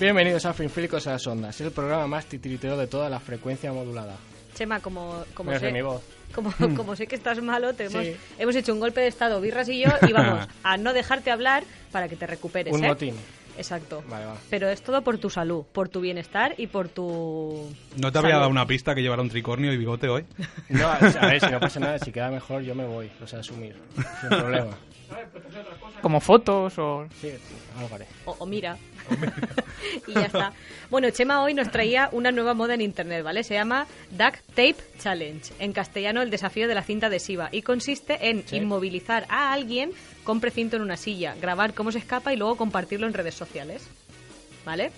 Bienvenidos a Finfílicos a las Ondas, el programa más titiritero de toda la frecuencia modulada. Chema, como, como Menos sé, de mi voz. Mm. Como, como sé que estás malo, te hemos, Sí. hemos hecho un golpe de estado, birras y yo, y vamos a no dejarte hablar para que te recuperes. Un ¿eh? motín. Exacto. Vale, va. Pero es todo por tu salud, por tu bienestar y por tu. ¿No te había salud. dado una pista que llevara un tricornio y bigote hoy? No, a ver, si no pasa nada, si queda mejor yo me voy, lo sé asumir, sin problema. Como fotos o... Sí, algo haré. O, o mira. y ya está. Bueno, Chema hoy nos traía una nueva moda en internet, ¿vale? Se llama Duct Tape Challenge. En castellano, el desafío de la cinta adhesiva. Y consiste en Sí. inmovilizar a alguien con precinto en una silla, grabar cómo se escapa y luego compartirlo en redes sociales. ¿Vale?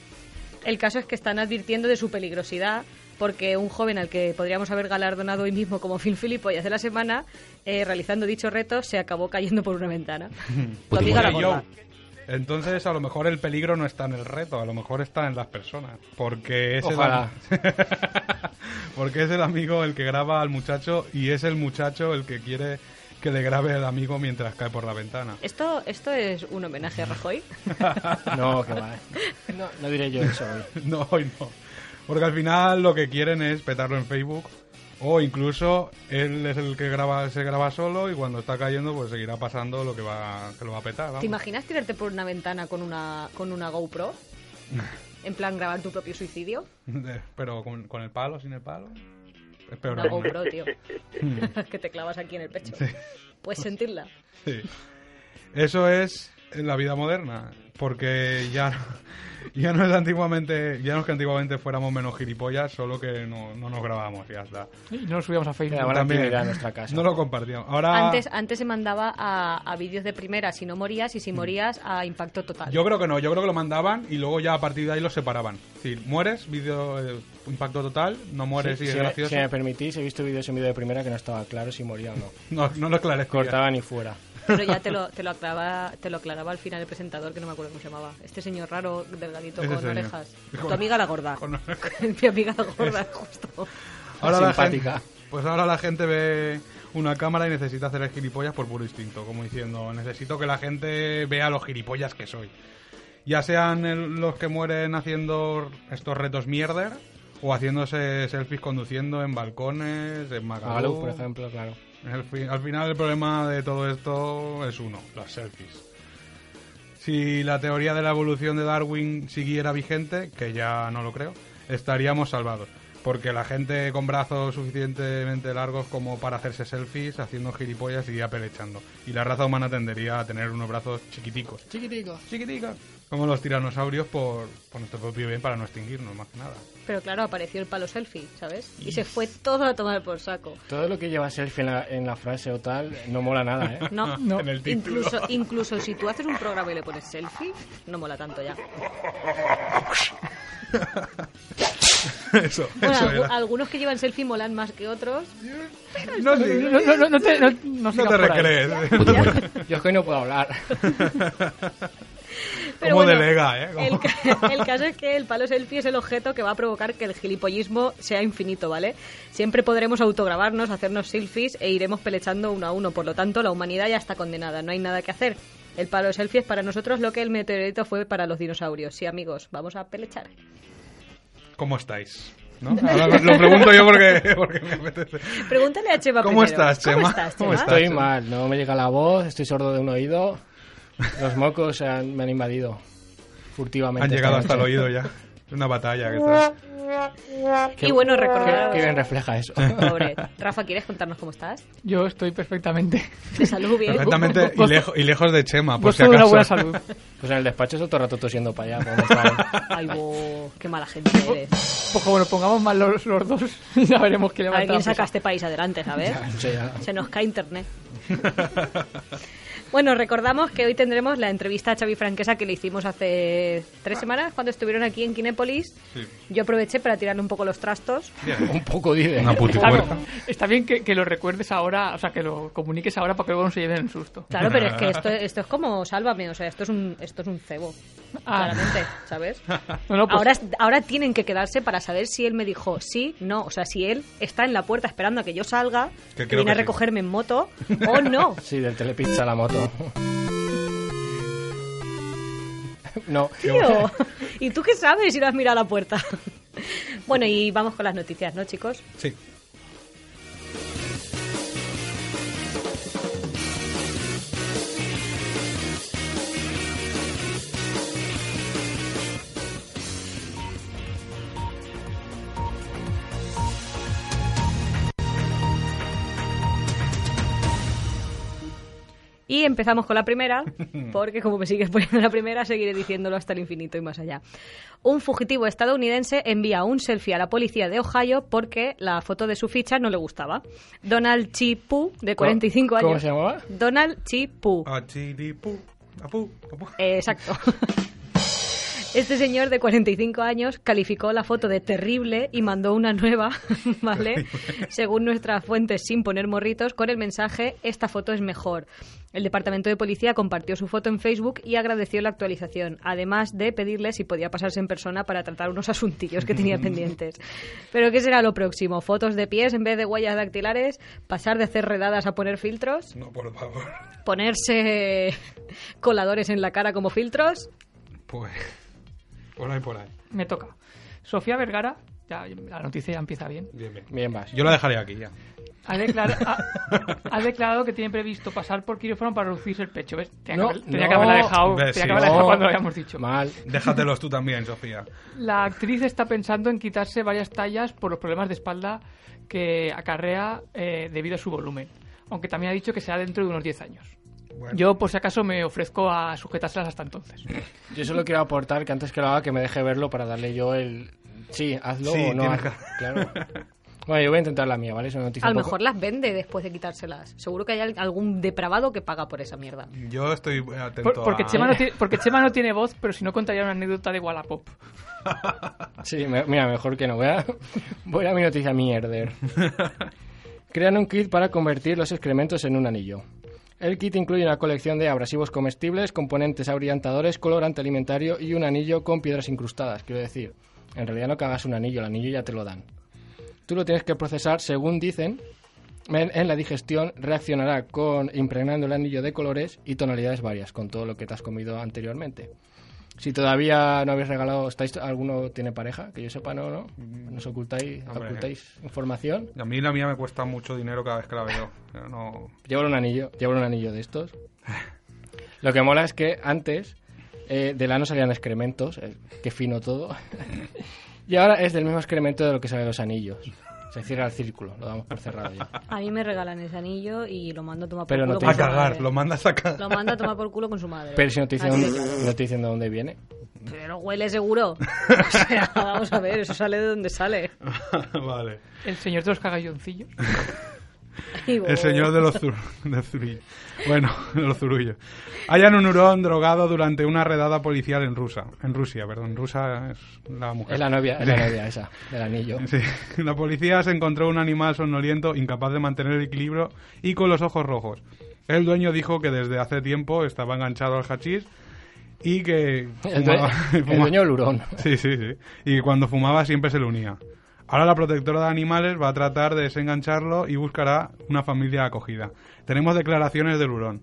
El caso es que están advirtiendo de su peligrosidad porque un joven al que podríamos haber galardonado hoy mismo como Phil Filipollas de la semana, eh, realizando dicho reto, se acabó cayendo por una ventana. Tu amiga la Oye, gorda. Pues yo, Entonces, a lo mejor el peligro no está en el reto, a lo mejor está en las personas. Porque es, el, Ojalá. porque es el amigo el que graba al muchacho y es el muchacho el que quiere que le grabe el amigo mientras cae por la ventana. ¿Esto, ¿Esto es un homenaje a Rajoy? No, que va. eh. No, no diré yo eso hoy. No, hoy no. Porque al final lo que quieren es petarlo en Facebook. O incluso él es el que graba, se graba solo y cuando está cayendo pues seguirá pasando lo que va, que lo va a petar. vamos. ¿Te imaginas tirarte por una ventana con una, con una GoPro? En plan, grabar tu propio suicidio. De- Pero con, con el palo, sin el palo. Es peor. Una aún. GoPro, tío. Mm. que te clavas aquí en el pecho. Puedes sentirla. Sí. Eso es la vida moderna. Porque ya, no- ya no es antiguamente, ya no es que antiguamente fuéramos menos gilipollas, solo que no, no nos grabábamos, ya está. Y no lo subíamos a Facebook. Ya, bueno. actividad en nuestra casa. No lo compartíamos. Ahora Antes, antes se mandaba a, a vídeos de primera si no morías y si morías a impacto total. Mm. Yo creo que no, yo creo que lo mandaban y luego ya a partir de ahí lo separaban. Si mueres, vídeo eh, impacto total, no mueres Sí, y es si, gracioso. si me permitís, he visto vídeos en vídeo de primera que no estaba claro si moría o no. No, no lo esclarezco. Cortaba ni fuera. Pero ya te lo, te, lo aclaraba, te lo aclaraba al final el presentador, que no me acuerdo cómo se llamaba. Este señor raro, delgadito, Ese con señor. orejas. Con- Tu amiga la gorda. con orejas. Mi amiga la gorda, justo. la Simpática. gente- pues ahora la gente ve una cámara y necesita hacer el gilipollas por puro instinto, como diciendo, necesito que la gente vea los gilipollas que soy. Ya sean el- los que mueren haciendo estos retos mierder o haciéndose selfies conduciendo en balcones, en Magaluf, Magaluf, por ejemplo, claro. El fi- al final el problema de todo esto es uno, las selfies. Si la teoría de la evolución de Darwin siguiera vigente, que ya no lo creo, estaríamos salvados. Porque la gente con brazos suficientemente largos como para hacerse selfies, haciendo gilipollas, iría pelechando. Y la raza humana tendería a tener unos brazos chiquiticos. Chiquitico. Chiquiticos. Como los tiranosaurios por, por nuestro propio bien para no extinguirnos, más que nada. Pero claro, apareció el palo selfie, ¿sabes? Y se fue todo a tomar por saco. Todo lo que lleva selfie en la, en la frase o tal no mola nada, ¿eh? No, No. En el título. incluso, incluso si tú haces un programa y le pones selfie, no mola tanto ya. eso, Bueno, eso algu- era. algunos que llevan selfie molan más que otros. No, No, sí, no, no, no te, no, no no sigas te por ahí. recrees. Yo es que hoy no puedo hablar. Pero Cómo bueno, delega, ¿eh? Cómo- El, ca- el caso es que el palo selfie es el objeto que va a provocar que el gilipollismo sea infinito, ¿vale? Siempre podremos autograbarnos, hacernos selfies e iremos pelechando uno a uno. Por lo tanto, la humanidad ya está condenada, no hay nada que hacer. El palo selfie es para nosotros lo que el meteorito fue para los dinosaurios. Sí, amigos, vamos a pelechar. ¿Cómo estáis? ¿No? Ahora lo, lo pregunto yo porque, porque me apetece. Pregúntale a Chema ¿Cómo primero. estás, Chema? ¿Cómo estás, ¿Cómo Chema? estás? Estoy sí. mal, no me llega la voz, estoy sordo de un oído. Los mocos han- me han invadido furtivamente. Han llegado esta hasta el noche. oído ya. Es una batalla que está. Y bueno, recordar... Qué bien refleja eso. Pobre. Rafa, ¿quieres contarnos cómo estás? Yo estoy perfectamente. De salud bien. Perfectamente y, lejo- y lejos de Chema, por si Gozo de una acaso. buena salud. Pues en el despacho estoy todo el rato tosiendo para allá. como estaba. Ay, bo, qué mala gente eres. Pues bueno, pongamos mal los, los dos y ya veremos qué A ver levanta. quién la saca mesa. este país adelante, ¿sabes? O sea, Se nos cae internet. Bueno, recordamos que hoy tendremos la entrevista a Xavi Franquesa que le hicimos hace tres semanas cuando estuvieron aquí en Kinépolis. Sí. Yo aproveché para tirarle un poco los trastos. Bien. Un poco, dice. Una Claro, putipuerta. está bien que, que lo recuerdes ahora, o sea, que lo comuniques ahora para que luego no se lleven el susto. Claro, pero es que esto, esto es como sálvame, o sea, esto es un, esto es un cebo, Ah. claramente, ¿sabes? No, no, pues, ahora, ahora tienen que quedarse para saber si él me dijo sí, no, o sea, si él está en la puerta esperando a que yo salga, Que que, creo viene que a sí. recogerme en moto, o no. Sí, del telepizza a la moto. No. Tío, ¿y tú qué sabes si no has mirado a la puerta? Bueno, y vamos con las noticias, ¿no, chicos? Sí. Y empezamos con la primera, porque como me sigues poniendo la primera, seguiré diciéndolo hasta el infinito y más allá. Un fugitivo estadounidense envía un selfie a la policía de Ohio porque la foto de su ficha no le gustaba. Donald Chi Pu, de 45 ¿Cómo años. se llamaba? Donald Chi Ah, Pu. Achiripu, apu, apu. Eh, exacto. Este señor de 45 años calificó la foto de terrible y mandó una nueva, ¿vale? Según nuestras fuentes, sin poner morritos, con el mensaje esta foto es mejor. El departamento de policía compartió su foto en Facebook y agradeció la actualización, además de pedirle si podía pasarse en persona para tratar unos asuntillos que tenía pendientes. Pero ¿qué será lo próximo? ¿Fotos de pies en vez de huellas dactilares? ¿Pasar de hacer redadas a poner filtros? No, por favor. ponerse coladores en la cara como filtros. Pues. Por ahí, por ahí. me toca. Sofía Vergara, ya, la noticia ya empieza bien, Bien, bien. Bien vas. Yo la dejaré aquí ya. ha, declara- ha- ha declarado que tiene previsto pasar por quirófano para reducirse el pecho. ¿Ves? Tenía, No, que, haber- tenía no. que haberla dejado, Ves, tenía que sí. haberla No. dejado cuando lo habíamos dicho. Mal. Déjatelos tú también, Sofía. La actriz está pensando en quitarse varias tallas por los problemas de espalda que acarrea eh, debido a su volumen. Aunque también ha dicho que será dentro de unos 10 años. Bueno. Yo, por si acaso, me ofrezco a sujetárselas hasta entonces. Yo solo quiero aportar que antes que lo haga que me deje verlo para darle yo el... Sí, hazlo Sí, o no. tienes hazlo. que- Claro. Bueno, yo voy a intentar la mía, ¿vale? Es una noticia A lo un poco- mejor las vende después de quitárselas. Seguro que hay al- algún depravado que paga por esa mierda. Yo estoy atento Por- porque, a... Chema no tiene, porque Chema no tiene voz, pero si no contaría una anécdota de Wallapop. Sí, me- mira, mejor que no. Voy a, voy a mi noticia mierder. Crean un kit para convertir los excrementos en un anillo. El kit incluye una colección de abrasivos comestibles, componentes abrillantadores, colorante alimentario y un anillo con piedras incrustadas. Quiero decir, en realidad no cagas un anillo, el anillo ya te lo dan. Tú lo tienes que procesar según dicen. En, en la digestión reaccionará con impregnando el anillo de colores y tonalidades varias con todo lo que te has comido anteriormente. Si todavía no habéis regalado, estáis alguno tiene pareja, que yo sepa no, ¿no? Nos ocultáis, Hombre. ocultáis información. A mí la mía me cuesta mucho dinero cada vez que la veo. Yo No... Llevo un anillo, llevo un anillo de estos. Lo que mola es que antes eh, del ano salían excrementos, eh, qué fino todo. y ahora es del mismo excremento de lo que salen los anillos. Se cierra el círculo, lo damos por cerrado ya. A mí me regalan ese anillo y lo mando a tomar por Pero no culo. te- A con su cagar, madre. lo mandas a cagar. Lo mando a tomar por culo con su madre. Pero si no te dicen Así dónde, de claro. no te dicen de dónde viene. Pero huele seguro. O sea, vamos a ver, eso sale de donde sale. vale. El señor de los cagalloncillos. Digo, El señor de los, zur- de zurullos. Bueno, de los zurullos. Hayan un hurón drogado durante una redada policial en Rusia. En Rusia, perdón. Rusa es la mujer. Es la novia, es la novia esa, del anillo. Sí. La policía se encontró un animal somnoliento incapaz de mantener el equilibrio y con los ojos rojos. El dueño dijo que desde hace tiempo estaba enganchado al hachís y que... El, due- fumaba- el fuma- dueño del hurón. Sí, sí, sí. Y que cuando fumaba siempre se le unía. Ahora la protectora de animales va a tratar de desengancharlo y buscará una familia acogida. Tenemos declaraciones del hurón.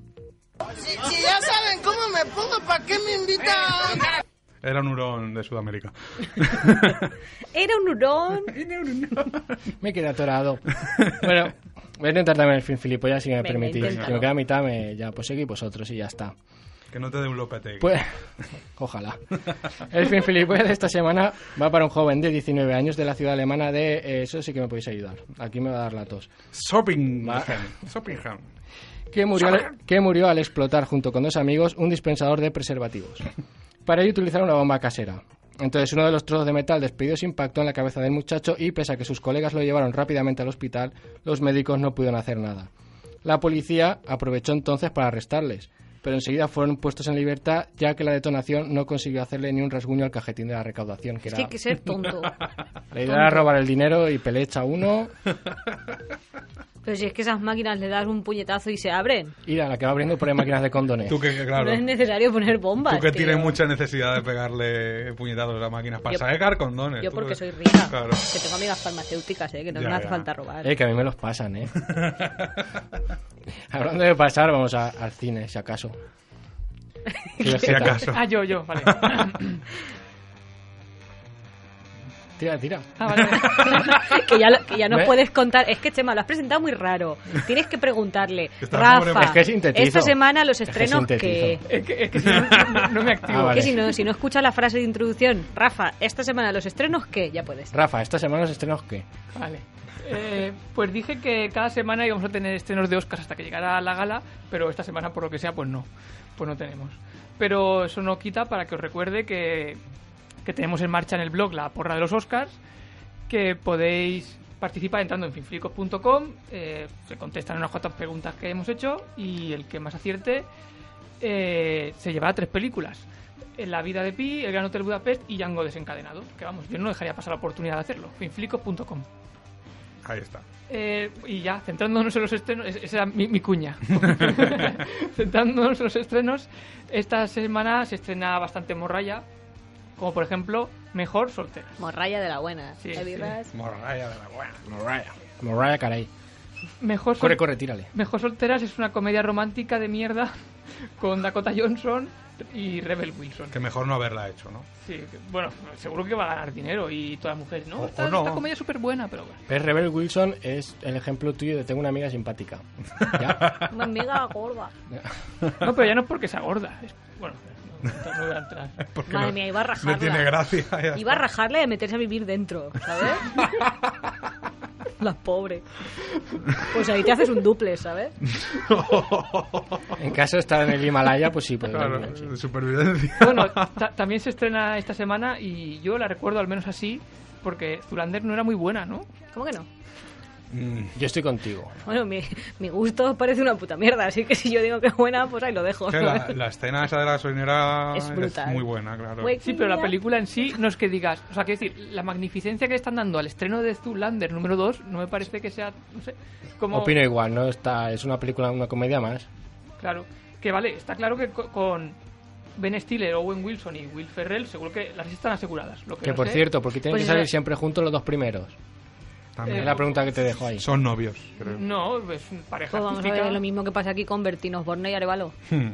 Si, si ya saben cómo me pongo, ¿para qué me invitan? Era un hurón de Sudamérica. Era un hurón. Me quedé atorado. Bueno, voy a intentar también el fin gilipollas si me Venga, permitís. Si inténtalo. me queda mitad, me, ya pues seguís vosotros y ya está. Que no te dé un lopete. Pues, ojalá. El fin gilipollas de esta semana va para un joven de 19 años de la ciudad alemana de... eh, eso sí que me podéis ayudar. Aquí me va a dar la tos. Soppingham. Ma- Soppingham. que murió, al, que murió al explotar junto con dos amigos un dispensador de preservativos. Para ello utilizaron una bomba casera. Entonces uno de los trozos de metal despedidos impactó en la cabeza del muchacho y pese a que sus colegas lo llevaron rápidamente al hospital, los médicos no pudieron hacer nada. La policía aprovechó entonces para arrestarles, pero enseguida fueron puestos en libertad ya que la detonación no consiguió hacerle ni un rasguño al cajetín de la recaudación, que Es era que hay que ser tonto. la idea era robar el dinero y pelecha uno, Pero si es que esas máquinas le das un puñetazo y se abren. y a la que va abriendo por ahí máquinas de condones. Tú que, claro, No es necesario poner bombas. tú que tío. tienes mucha necesidad de pegarle puñetazos a las máquinas para Yo- sacar condones. Yo tú porque que- soy rica. Claro. Que tengo amigas farmacéuticas, ¿eh? que no Ya, me hace ya. falta robar. Eh, que a mí me los pasan, eh. Hablando de pasar, vamos a- al cine, si acaso. Qué Si vegeta. acaso. Ah, yo, yo, vale. Tira, tira. Ah, vale. que, ya, lo- que ya nos ¿Ves? puedes contar. Es que, Chema, lo has presentado muy raro. Tienes que preguntarle. Está Rafa, sobre- Es que sintetizo. esta semana los Es que estrenos que... sintetizo. Es que, es que si no, no, no me activo. Ah, vale. que si, no, si no escucha la frase de introducción, Rafa, esta semana los estrenos que... Ya puedes. Rafa, ¿esta semana los estrenos qué? Vale. Eh, pues dije que cada semana íbamos a tener estrenos de Oscars hasta que llegara la gala, pero esta semana, por lo que sea, pues no. Pues no tenemos. Pero eso no quita para que os recuerde que, que tenemos en marcha en el blog la porra de los Oscars, que podéis participar entrando en finflicos.com, eh, se contestan unas cuantas preguntas que hemos hecho y el que más acierte eh, se llevará tres películas. La vida de Pi, El Gran Hotel Budapest y Django Desencadenado. Que vamos, yo no dejaría pasar la oportunidad de hacerlo. Finflicos.com. Ahí está. Eh, y ya, centrándonos en los estrenos, es- esa era mi, mi cuña. centrándonos en los estrenos, esta semana se estrena bastante morralla, como por ejemplo, Mejor Soltera. Morralla de la buena. Sí, ¿eh, sí. birras? Morralla de la buena. Morraya. Morraya, caray. Mejor, sol- Corre, corre, tírale. Mejor Solteras es una comedia romántica de mierda con Dakota Johnson y Rebel Wilson. Que mejor no haberla hecho, ¿no? Sí, que- bueno, seguro que va a ganar dinero y todas las mujeres, ¿no? Ojo, Esta, no. esta comedia es súper buena, pero bueno. Pez Rebel Wilson es el ejemplo tuyo de tengo una amiga simpática. ¿Ya? Una amiga gorda. No, pero ya no es porque sea gorda. es- bueno, no, no voy a entrar. Porque Madre no- mía, iba a rajarla. No tiene gracia. ya está. Iba a rajarla y a meterse a vivir dentro, ¿sabes? la pobre. Pues ahí te haces un duple, ¿sabes? En caso de estar en el Himalaya, pues sí, pues Claro, de supervivencia. Bueno, ta- también se estrena esta semana y yo la recuerdo al menos así porque Zulander no era muy buena, ¿no? ¿Cómo que no? Mm, Yo estoy contigo. Bueno, mi, mi gusto parece una puta mierda, así que si yo digo que es buena, pues ahí lo dejo. que la, la escena esa de la gasolinera Es brutal. muy buena, claro. Güey, Sí, pero la película en sí no es que digas, o sea, quiero decir, la magnificencia que le están dando al estreno de Zulander número 2 no me parece que sea, no sé, como... Opino igual, ¿no? Está, es una película, una comedia más. Claro, que vale, está claro que co- con Ben Stiller, Owen Wilson y Will Ferrell seguro que las están aseguradas. Lo que, Que no por sé- cierto, porque tienen Pues que eso- salir siempre juntos los dos primeros. También. Es eh, la pregunta que te dejo ahí. Son novios, creo. No, es pareja Pues vamos a típica. ver lo mismo que pasa aquí con Bertino Borne y Arevalo. Hmm.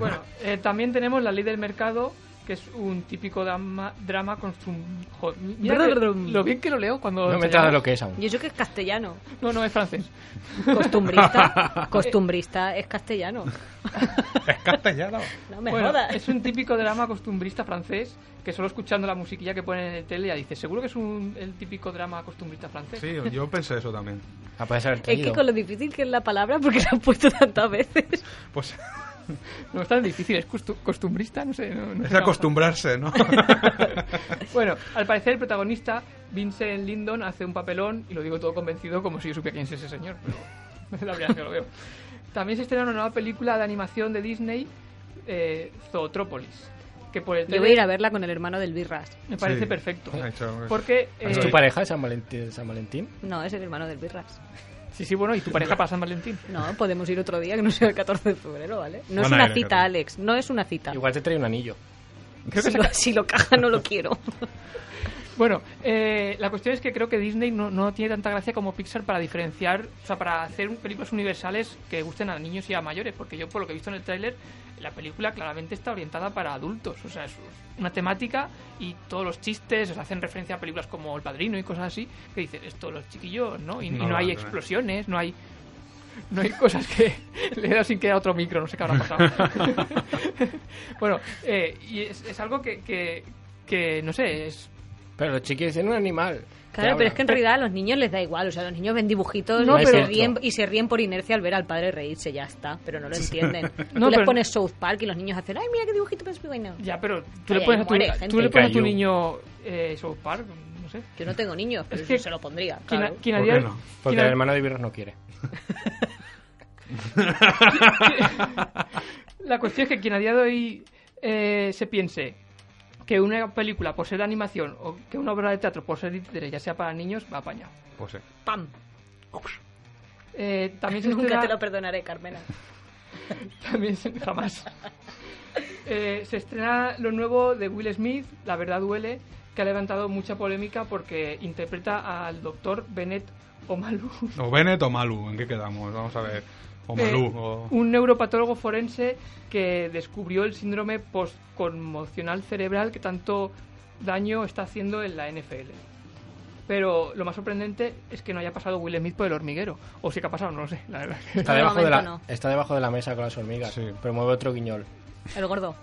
Bueno, eh, también tenemos La Ley del Mercado, que es un típico drama, drama con su... jo- mira que- lo bien que lo leo cuando... No me enseñamos. traes lo que es aún. Y eso que es castellano. No, no, es francés. Costumbrista. Costumbrista es castellano. Es castellano. No me Bueno, jodas. es un típico drama costumbrista francés que solo escuchando la musiquilla que ponen en el tele ya dice, seguro que es un, el típico drama costumbrista francés. Sí, yo pensé eso también. A pesar haber Es que traído. con lo difícil que es la palabra, porque se han puesto tantas veces. Pues No es tan difícil, es costu- costumbrista, no sé. no- no- es acostumbrarse, ¿no? Bueno, al parecer el protagonista, Vincent Lindon, hace un papelón, y lo digo todo convencido como si yo supiera quién es ese señor, pero es la primera vez que lo veo. También se estrena una nueva película de animación de Disney, eh, Zootrópolis, que por el Yo voy a ir a verla con el hermano del Birras. me parece Sí. perfecto. Ha hecho- Porque... ¿Es eh, tu pareja, San Valentín? San Valentín? No, es el hermano del Birras. sí, sí, bueno, y tu pareja para San Valentín. No, podemos ir otro día que no sea el 14 de febrero, ¿vale? No es Van a una ir, cita, claro. Alex. No es una cita. Igual te trae un anillo. si, lo, si lo caja, no lo quiero. Bueno, eh, la cuestión es que creo que Disney no, no tiene tanta gracia como Pixar para diferenciar, o sea, para hacer un- películas universales que gusten a niños y a mayores, porque yo por lo que he visto en el tráiler, la película claramente está orientada para adultos, o sea, es una temática y todos los chistes o sea, hacen referencia a películas como El Padrino y cosas así, que dices, esto los chiquillos, ¿no? Y y no, No lo hay van a ver. explosiones, no hay... No hay cosas que le he dado sin querer a otro micro, no sé qué habrá pasado. bueno, eh, y es, es algo que, que, que, no sé, es Pero los chiquillos dicen un animal. Claro, Te pero es que en realidad a los niños les da igual. O sea, los niños ven dibujitos No, y, se pero- ríen, y se ríen por inercia al ver al padre reírse, ya está. Pero no lo entienden. Tú No, les pero- pones South Park y los niños hacen, ay, mira qué dibujito más bueno. Ya, pero tú Ay, le pones ahí a muere tu, gente. tú le pones a tu Caillou. niño eh, South Park, no ¿eh? Yo no tengo niños, pero Es yo que- se lo pondría. Quien a- claro. quien a ¿Por día qué de- no? Porque quien a- el hermano de Virus no quiere. La cuestión es que quien a día de hoy eh, se piense que una película por ser animación o que una obra de teatro por ser títere, ya sea para niños, va apañado. Pues sí. ¡Pam! Eh, también se Nunca estrena- te lo perdonaré, Carmela. También se- jamás. Eh, se estrena lo nuevo de Will Smith, La verdad duele, que ha levantado mucha polémica porque interpreta al doctor Bennett Omalu, O Bennett o Malu, ¿en qué quedamos? Vamos a ver. O Malú. eh, o- un neuropatólogo forense que descubrió el síndrome postconmocional cerebral que tanto daño está haciendo en la NFL. Pero lo más sorprendente es que no haya pasado Will Smith por el hormiguero. O si que ha pasado, no lo sé, la verdad. Está De debajo, de la, momento está debajo de la mesa con las hormigas. Sí. Pero mueve otro guiñol. El gordo.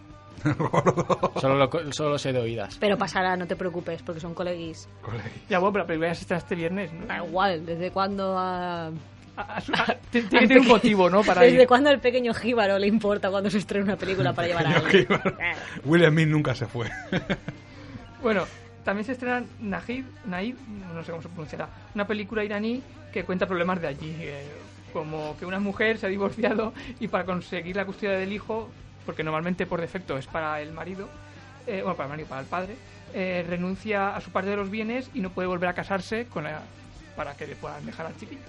Solo, lo, co- solo lo sé de oídas. Pero pasará, no te preocupes, porque son coleguis. Colegui. Ya, bueno, pero la película ya se estrena este viernes, ¿no? Da igual, ¿desde cuándo a...? A- a su- a- tiene que tener un motivo, ¿no? Para ¿Desde ir. cuándo al pequeño jíbaro le importa cuando se estrena una película para llevar a alguien? Eh, Will Smith nunca se fue. Bueno, también se estrena Nahid, Naid, no sé cómo se pronunciará, una película iraní que cuenta problemas de allí. eh, como que una mujer se ha divorciado y para conseguir la custodia del hijo, porque normalmente por defecto es para el marido, eh, bueno, para el marido, para el padre, eh, renuncia a su parte de los bienes y no puede volver a casarse con la- para que le puedan dejar al chiquillo.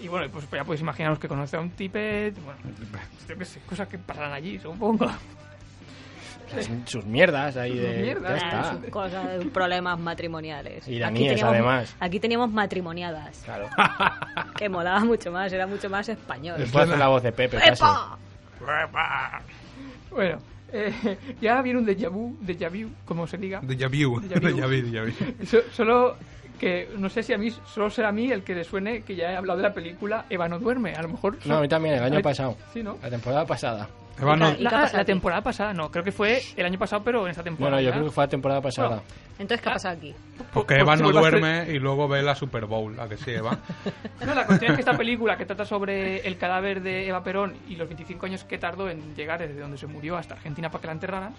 Y bueno, pues ya podéis imaginaros que conoce a un tipet, bueno, yo qué sé, cosas que pasan allí, supongo. Las- sus mierdas ahí Sus de. mierdas. Ya está. eh, son cosas, problemas matrimoniales. Iraníes, además. Aquí teníamos matrimoniadas, Claro. que molaba mucho más, era mucho más español. Puedo hacer la voz de Pepe, casi. ¡Epa! Bueno, eh, ya viene un déjà vu, déjà vu, como se diga. Deja vu. Déjà vu. Deja vu, déjà vu. So- solo que no sé si a mí, solo será a mí el que le suene que ya he hablado de la película Eva no duerme. A lo mejor. No, a mí también, el año Ay, pasado. Sí, ¿no? La temporada pasada. Eva no- ¿Y qué ha La, pasado la aquí? temporada pasada, no, creo que fue el año pasado, pero en esta temporada. Bueno, yo creo que fue la temporada pasada. Bueno. Entonces, ¿qué ha pasado aquí? Porque Por- Eva no por tu culpa duerme y luego ve la Super Bowl. ¿A que sí, Eva? No, la cuestión es que esta película que trata sobre el cadáver de Eva Perón y los 25 años que tardó en llegar desde donde se murió hasta Argentina para que la enterraran,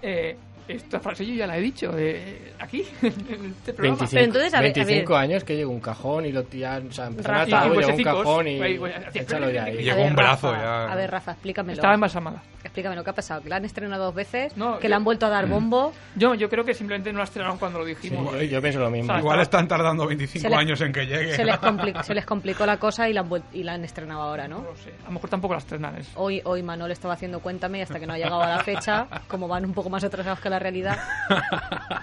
eh, esta frase yo ya la he dicho eh, aquí, en este programa. 25, Pero entonces, a ver, a 25 años que llegó un cajón y lo tiran, o sea, empezaron a Rafa. atar, Y llegó un huesecicos. cajón y Ahí, ahí, así. échalo ya ahí. Y llegó un brazo Rafa, ya. A ver, Rafa, explícamelo. Estaba embalsamada. Explícamelo, ¿qué ha pasado? ¿Que la han estrenado dos veces? No, ¿Que yo- le han vuelto a dar bombo? Yo, yo creo que simplemente no la estrenaron cuando lo Sí, dijimos. yo, yo pienso lo mismo. Ah, Igual estaba- están tardando Se 25 le- años en que llegue. Se les, compli- se les complicó la cosa y la han, vuel- y la han estrenado ahora, ¿no? No lo sé. A lo mejor tampoco la estrenan. es- Hoy, hoy Manuel estaba haciendo cuéntame y hasta que no ha llegado a la fecha, como van un poco más atrasados que la realidad.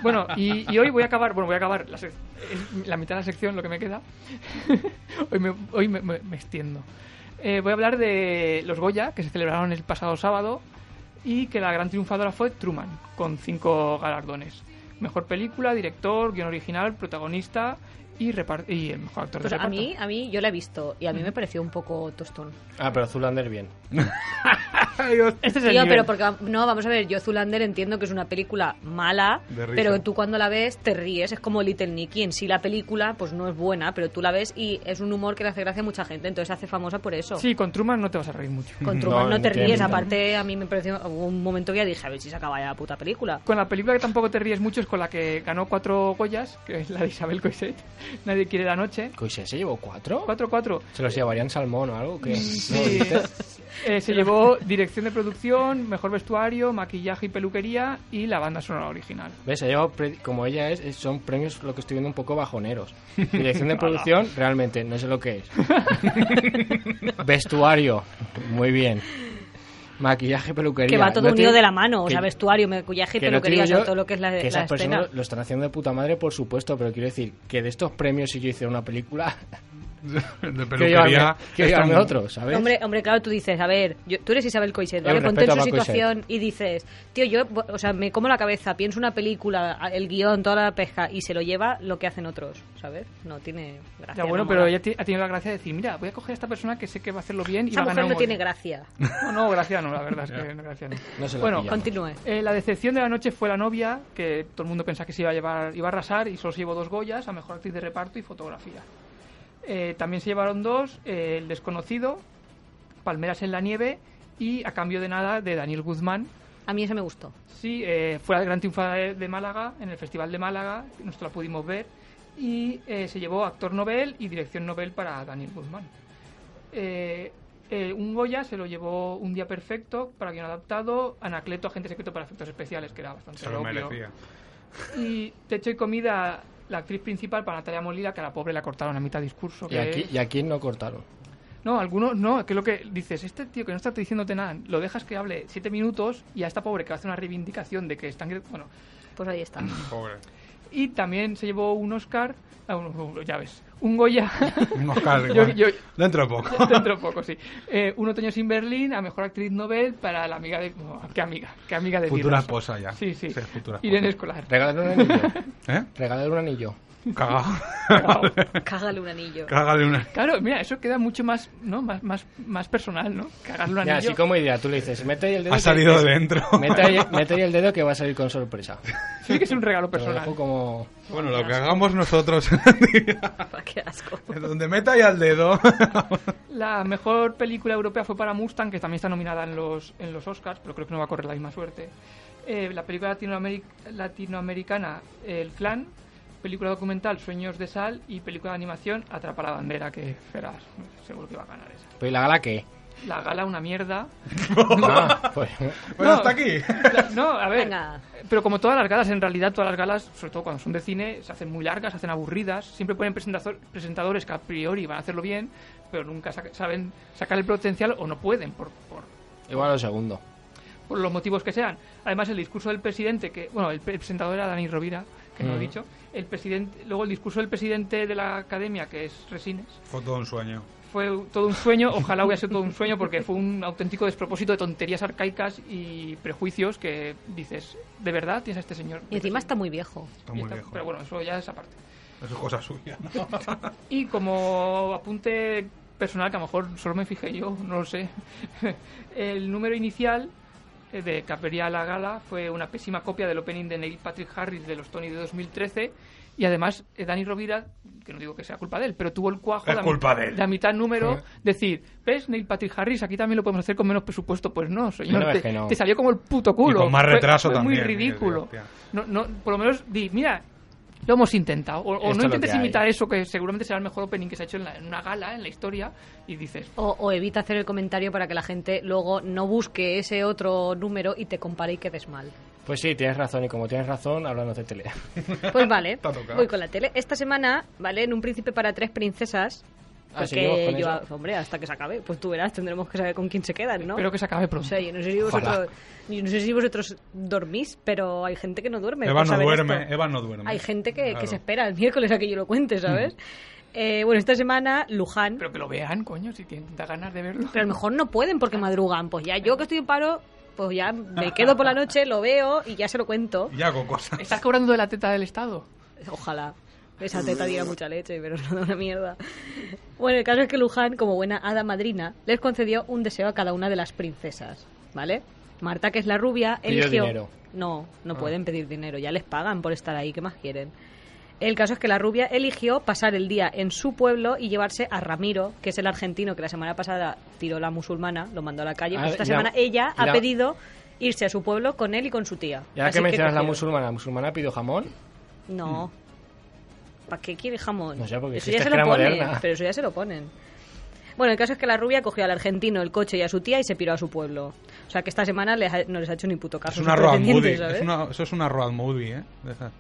Bueno, y, y hoy voy a acabar, bueno, voy a acabar la, sec- es la mitad de la sección, lo que me queda. hoy me, hoy me, me- me extiendo. Eh, voy a hablar de los Goya, que se celebraron el pasado sábado, y que la gran triunfadora fue Truman, con cinco galardones. Mejor película, director, guión original, protagonista y, repar- y el mejor actor Pues de a reparto. mí, a mí, yo la he visto y a mí me pareció un poco tostón. Ah, pero Zulander bien. Este es el Tío, nivel. pero porque, va- no, vamos a ver, yo Zulander entiendo que es una película mala, De risa. pero tú cuando la ves te ríes, es como Little Nicky, en sí la película pues no es buena, pero tú la ves y es un humor que le hace gracia a mucha gente, entonces se hace famosa por eso. Sí, con Truman no te vas a reír mucho. Con Truman No, no, te entiendo. ríes, aparte a mí me pareció hubo un momento que ya dije, a ver si se acaba ya la puta película. Con la película que tampoco te ríes mucho es con la que ganó cuatro Goyas, que es la de Isabel Coixet, Nadie quiere la noche. Coixet se llevó cuatro. Cuatro, cuatro. ¿Se los llevarían salmón o algo? que Sí. Eh, se llevó dirección de producción, mejor vestuario, maquillaje y peluquería y la banda sonora original. ¿Ves? Se ha llevado pre- como ella es, es- son premios lo que estoy viendo un poco bajoneros. Dirección de producción, realmente, no sé lo que es. Vestuario, muy bien. Maquillaje, peluquería. Que va todo No unido te- de la mano, o que- sea, vestuario, maquillaje, que no te peluquería, o digo sea, yo todo lo que es la, que la esas escena. personas lo están haciendo de puta madre, por supuesto, pero quiero decir que de estos premios, si yo hiciera una película, De que llevarme, peluquería. que están- llevarme otro, ¿sabes? Hombre, hombre, claro, tú dices, a ver, yo- tú eres Isabel Coixet, El ¿vale? Ponte en respeto su a Paco situación y dices, tío, yo, o sea, me como la cabeza, pienso una película, el guión, toda la pesca, y se lo lleva lo que hacen otros, ¿sabes? No tiene gracia. Ya bueno, no pero mola. ella ti- ha tenido la gracia de decir, mira, voy a coger a esta persona que sé que va a hacerlo bien y Esa va a mujer ganar un no Goya". tiene gracia. No, no, gracia no, la verdad es que no, gracia no. No se la bueno, pilla. Continúe. Eh, la decepción de la noche fue la novia, que todo el mundo pensaba que se iba a llevar, iba a arrasar y solo se llevó dos Goyas, a mejor actriz de reparto y fotografía. Eh, también se llevaron dos, eh, El Desconocido, Palmeras en la Nieve y A Cambio de Nada de Daniel Guzmán. A mí esa me gustó. Sí, eh, fue la gran triunfa de, de Málaga, en el Festival de Málaga, nosotros la pudimos ver, y eh, se llevó actor Nobel y dirección Nobel para Daniel Guzmán. Eh, eh, un Goya se lo llevó Un Día Perfecto para guion adaptado, Anacleto, Agente Secreto para Efectos Especiales, que era bastante Se lo obvio. merecía. Y Techo y Comida, la actriz principal para Natalia Molina, que a la pobre la cortaron a mitad discurso. Y que aquí, es- y aquí no cortaron. No, algunos no, que es lo que dices, este tío que no está diciéndote nada, lo dejas que hable siete minutos y a esta pobre que hace una reivindicación de que están... Bueno, Pues ahí está. Pobre. y también se llevó un Oscar, ah, un- ya ves, un Goya Un Oscar, Yo- igual. yo- Dentro de poco. dentro de poco, sí. Eh, un otoño sin Berlín a mejor actriz Nobel para la amiga de. no, ¿Qué amiga? ¿Qué amiga de Futura Dios? esposa ya. Sí, sí. Sí, futura esposa. Irene Escolar. Regalar un anillo. ¿Eh? Regalar un anillo. Cagado. Cágale un anillo. Cágale una. Claro, mira, eso queda mucho más, ¿no? Más, más, más personal, ¿no? Cagarlo a Ya, así como idea, tú le dices, mete ahí el dedo. Ha que- salido que- de dentro. Mete ahí, mete ahí el dedo que va a salir con sorpresa. Sí que es un regalo Te lo personal. dejo como... Bueno, lo que hagamos nosotros. en el día. Qué asco. Donde meta ahí al dedo. La mejor película europea fue para Mustang, que también está nominada en los, en los Oscars, pero creo que no va a correr la misma suerte. Eh, la película latinoameri- latinoamericana El Clan, película documental Sueños de Sal y película de animación Atrapa la Bandera, que verás, seguro que va a ganar esa. Pero pues, ¿y la gala qué? La gala una mierda. Ah, pues... Bueno, No. hasta aquí. La- No, a ver. Venga. Pero como todas las galas, en realidad todas las galas, sobre todo cuando son de cine, se hacen muy largas, se hacen aburridas. Siempre ponen presentazo- presentadores que a priori van a hacerlo bien, pero nunca saca- saben sacar el potencial o no pueden por, por, Igual lo segundo. por los motivos que sean. Además, el discurso del presidente, que bueno, el pre- presentador era Dani Rovira, que no lo he Mm. Ujú. dicho. El presidente, luego el discurso del presidente de la academia, que es Resines, Fue todo un sueño. fue todo un sueño. Ojalá hubiera sido todo un sueño porque fue un auténtico despropósito de tonterías arcaicas y prejuicios que dices, ¿de verdad tienes a este señor? Y encima está muy viejo. Está Y muy está- viejo. Pero bueno, eso ya es aparte. Eso es cosa suya. ¿no? Y como apunte personal, que a lo mejor solo me fijé yo, no lo sé, el número inicial eh, de Capería a la Gala fue una pésima copia del opening de Neil Patrick Harris de los Tony de 2013 y además eh, Dani Rovira, que no digo que sea culpa de él, pero tuvo el cuajo Es la, culpa de él. la mitad número decir, ¿ves Neil Patrick Harris? Aquí también lo podemos hacer con menos presupuesto. Pues no, señor, No, te, es que no. te salió como el puto culo. Y con más Fue- retraso fue muy también, eh, ridículo. tío, No, no, por lo menos di, mira, lo hemos intentado. O, o Esto es no lo intentes que hay. imitar eso, que seguramente será el mejor opening que se ha hecho en, la- en una gala, en la historia, y dices, O, o evita hacer el comentario para que la gente luego no busque ese otro número y te compare y quedes mal. Pues sí, tienes razón. Y como tienes razón, hablando de tele. Pues vale, Te ha tocado. voy con la tele. Esta semana, ¿vale? En un príncipe para tres princesas. Ah, seguimos Porque con yo, eso. hombre, hasta que se acabe, pues tú verás, tendremos que saber con quién se quedan, ¿no? espero que se acabe O pronto. sea, yo no sé si vosotros, Ojalá. yo no sé si vosotros dormís, pero hay gente que no duerme. Eva por no saber duerme. esto. Eva no duerme. Hay gente que, que Claro. Mm. se espera el miércoles a que yo lo cuente, ¿sabes? Eh, bueno, esta semana, Luján. Pero que lo vean, coño, si tienen da ganas de verlo. Pero a lo mejor no pueden porque madrugan. Pues ya yo que estoy en paro, pues ya me quedo por la noche, lo veo y ya se lo cuento. Y hago cosas. Estás cobrando de la teta del Estado. Ojalá. Esa teta diera Mm. mucha leche, pero no da una mierda. Bueno, el caso es que Luján, como buena hada madrina, les concedió un deseo a cada una de las princesas, ¿vale? Marta, que es la rubia, Pidió eligió... dinero. Ah. No, no pueden pedir dinero, ya les pagan por estar ahí, ¿qué más quieren? El caso es que la rubia eligió pasar el día en su pueblo y llevarse a Ramiro, que es el argentino que la semana pasada tiró la musulmana, lo mandó a la calle. Ah, Pues esta y la- semana ella y ha la- pedido irse a su pueblo con él y con su tía. Y ahora Así que mencionas la cogieron. musulmana, la musulmana pidió jamón. No. ¿Para qué quiere jamón? No sé, porque eso si ya esta se es lo que era ponen. moderna. Pero eso ya se lo ponen. Bueno, el caso es que la rubia cogió al argentino, el coche y a su tía y se piró a su pueblo. O sea que esta semana les ha- no les ha hecho ni puto Es caso. una sus road movie. pretendientes, Es ¿sabes? una- eso es una road movie, ¿eh? De esas.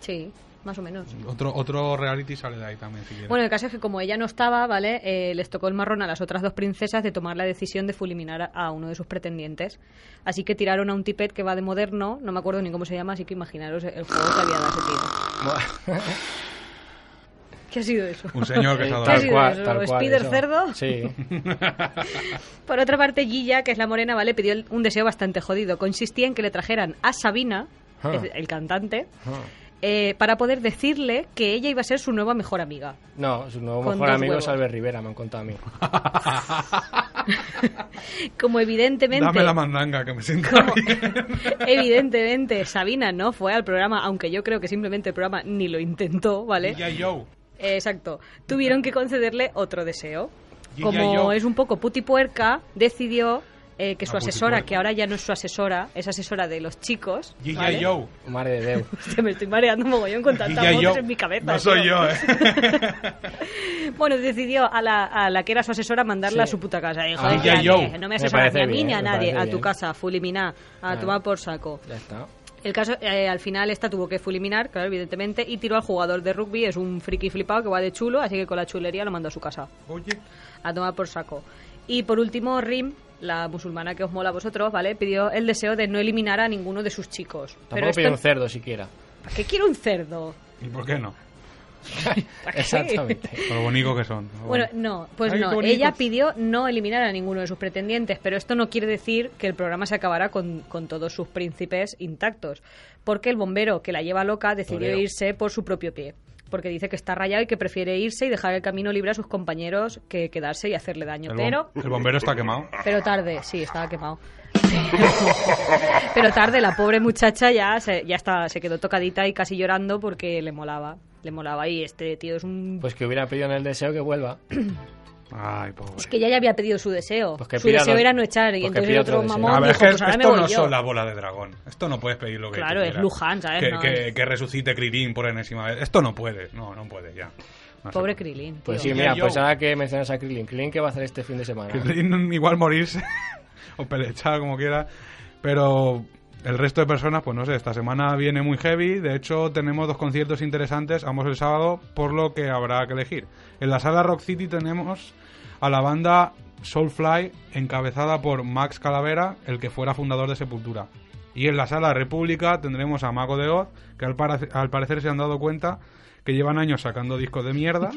Sí, más o menos. Otro, otro reality sale de ahí también, si quieres. Bueno, el caso es que como ella no estaba, ¿vale? Eh, les tocó el marrón a las otras dos princesas de tomar la decisión de fulminar a- a uno de sus pretendientes. Así que tiraron a un tipet que va de moderno, no me acuerdo ni cómo se llama, así que imaginaros el juego que había dado ese tío. ¿Qué ha sido eso? Un señor que se ha Tal adorado. sido eso? ¿Spider cerdo? Sí. Por otra parte, Gilla, que es la morena, ¿vale? Pidió el- un deseo bastante jodido. Consistía en que le trajeran a Sabina, Ah. es- el cantante, Ah. eh, para poder decirle que ella iba a ser su nueva mejor amiga. No, su nuevo Con mejor dos amigo huevos. es Albert Rivera, me han contado a mí. Como evidentemente... Dame la mandanga que me siento como- bien. evidentemente, Sabina no fue al programa, aunque yo creo que simplemente el programa ni lo intentó, ¿vale? G.I. Joe. Eh, Exacto. Tuvieron que concederle otro deseo. Y ya Como yo- es un poco putipuerca, decidió eh, que su Ah, por asesora, supuesto. que ahora ya no es su asesora, es asesora de los chicos. G.I. ¿vale? Joe. Madre de Deu. Hostia, me estoy mareando mogollón con tantas G.I. voces Joe. en mi cabeza. No soy tío. yo, ¿eh? Bueno, decidió a la, a la que era su asesora Sí. mandarla a su puta casa. Dijo, Ah, "Ya, ya, yo". tío, no me Me asesoras ni a parece mí bien, ni a me nadie. parece A tu bien. casa, fulminá, a Claro. tomar por saco. Ya está. El caso, eh, al final, esta tuvo que fulminar, claro, evidentemente, y tiró al jugador de rugby. Es un friki flipado que va de chulo, así que con la chulería lo mandó a su casa Oye, a tomar por saco. Y por último, Rim, la musulmana que os mola a vosotros, ¿vale? Pidió el deseo de no eliminar a ninguno de sus chicos. Tampoco esto- pidió un cerdo siquiera. ¿Para qué quiero un cerdo? ¿y por qué no? Exactamente. Por lo bonito que son. Bueno, no, pues Ay, qué no. bonitos. Ella pidió no eliminar a ninguno de sus pretendientes, pero esto no quiere decir que el programa se acabará con, con todos sus príncipes intactos, porque el bombero que la lleva loca decidió Toreo. irse por su propio pie, porque dice que está rayado y que prefiere irse y dejar el camino libre a sus compañeros que quedarse y hacerle daño. El, bom- pero el bombero está quemado. Pero tarde, sí, estaba quemado. Pero tarde, la pobre muchacha ya se, ya está, se quedó tocadita y casi llorando porque le molaba. Le molaba y este tío es un... Pues que hubiera pedido en el deseo que vuelva. Ay, es pobre. que ella ya había pedido su deseo. Pues que su pida deseo dos- era no echar y pues que entonces el pida otro otro deseo. mamón A ver, dijo, es que pues ahora me esto voy no yo. son la bola de dragón. Esto no puedes pedir lo que Claro, tú es quieras. Luján, ¿sabes? Que, No, que- es- que resucite Krilin por enésima vez. Esto no puedes. No, no puede ya. No se Pobre puede. Krilin. tío. Pues Tío. sí, mira, Yo. pues ahora que mencionas a Krillin, Krillin que va a hacer este fin de semana. Krilin igual morirse o pelechar como quiera, pero el resto de personas, pues no sé, esta semana viene muy heavy, de hecho tenemos dos conciertos interesantes, ambos el sábado, por lo que habrá que elegir. En la sala Rock City tenemos a la banda Soulfly, encabezada por Max Calavera, el que fuera fundador de Sepultura. Y en la sala República tendremos a Mago de Oz, que al, para- al parecer se han dado cuenta que llevan años sacando discos de mierda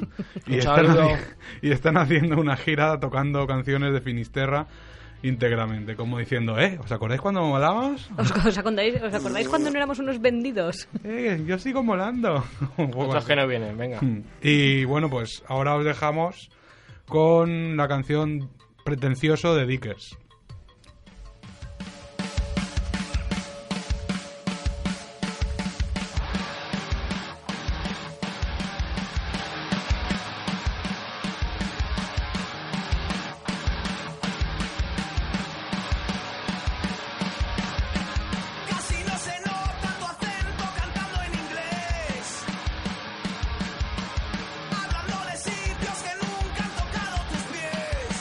y, Un están, saludo. haci- y están haciendo una gira tocando canciones de Finisterra íntegramente, como diciendo, ¿eh? ¿Os acordáis cuando molabas? ¿Os, os acordáis, os acordáis cuando no éramos unos vendidos? Eh, yo sigo molando. Un poco Otros así. que no vienen, venga. Y bueno, pues ahora os dejamos con la canción Pretencioso de Dickers. Casi no se nota tu acento cantando en inglés. Hablando de sitios que nunca han tocado tus pies.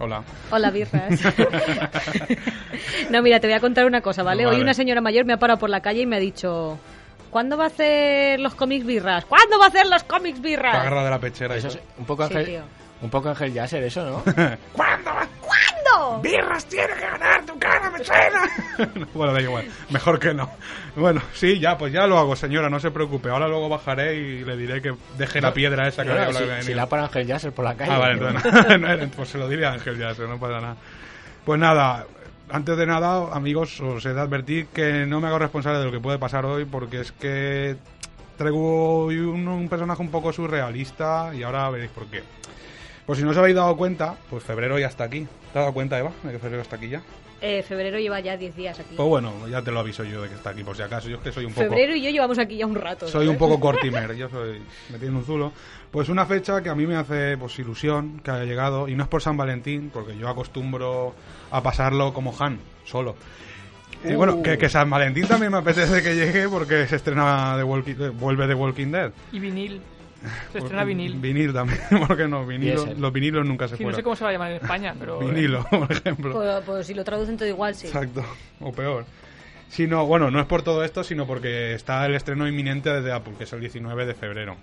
Hola. Hola, birras. no, mira, te voy a contar una cosa, ¿vale? Hoy Vale. una señora mayor me ha parado por la calle y me ha dicho... ¿Cuándo va a hacer los cómics birras? ¿Cuándo va a hacer los cómics Te birras? Pues agarra de la pechera. y Eso es todo. un poco Sí, Ángel, tío. un poco Ángel Yasser, eso, ¿no? ¿Cuándo? ¡Birras tiene que ganar! ¡Tu cara me suena! bueno, da igual. Mejor que no. Bueno, sí, ya, pues ya lo hago, señora. No se preocupe. Ahora luego bajaré y le diré que deje la piedra esa que Bueno, había hablado si, de si mí. la para Ángel Yasser por la calle. Ah, vale, tío. entonces nada. No era- pues se lo diré a Ángel ya, eso no pasa nada. Pues nada, antes de nada, amigos, os he de advertir que no me hago responsable de lo que puede pasar hoy porque es que traigo hoy un, un personaje un poco surrealista y ahora veréis por qué. Pues si no os habéis dado cuenta, pues febrero ya está aquí. ¿Te has dado cuenta, Eva, de que febrero está aquí ya? Eh, febrero lleva ya 10 días aquí. Pues bueno, ya te lo aviso yo de que está aquí, por si acaso. Yo es que soy un poco... Febrero y yo llevamos aquí ya un rato. Soy ¿sabes? un poco cortimer, yo soy, me tiene un zulo. Pues una fecha que a mí me hace pues, ilusión que haya llegado, y no es por San Valentín, porque yo acostumbro a pasarlo como Han, solo. Y bueno, que, que San Valentín también me apetece que llegue porque se estrena The Walking, eh, vuelve The Walking Dead. Y vinil. Se estrena vinil. Vinil también, porque no, vinilo, Diésel. los vinilos nunca se Sí, no sé fueron. cómo se va a llamar en España, pero... eh, Vinilo, por ejemplo. Pues, pues si lo traducen todo igual, sí. Exacto, o peor. Sino, bueno, no es por todo esto, sino porque está el estreno inminente de Deadpool, que es el 19 de febrero.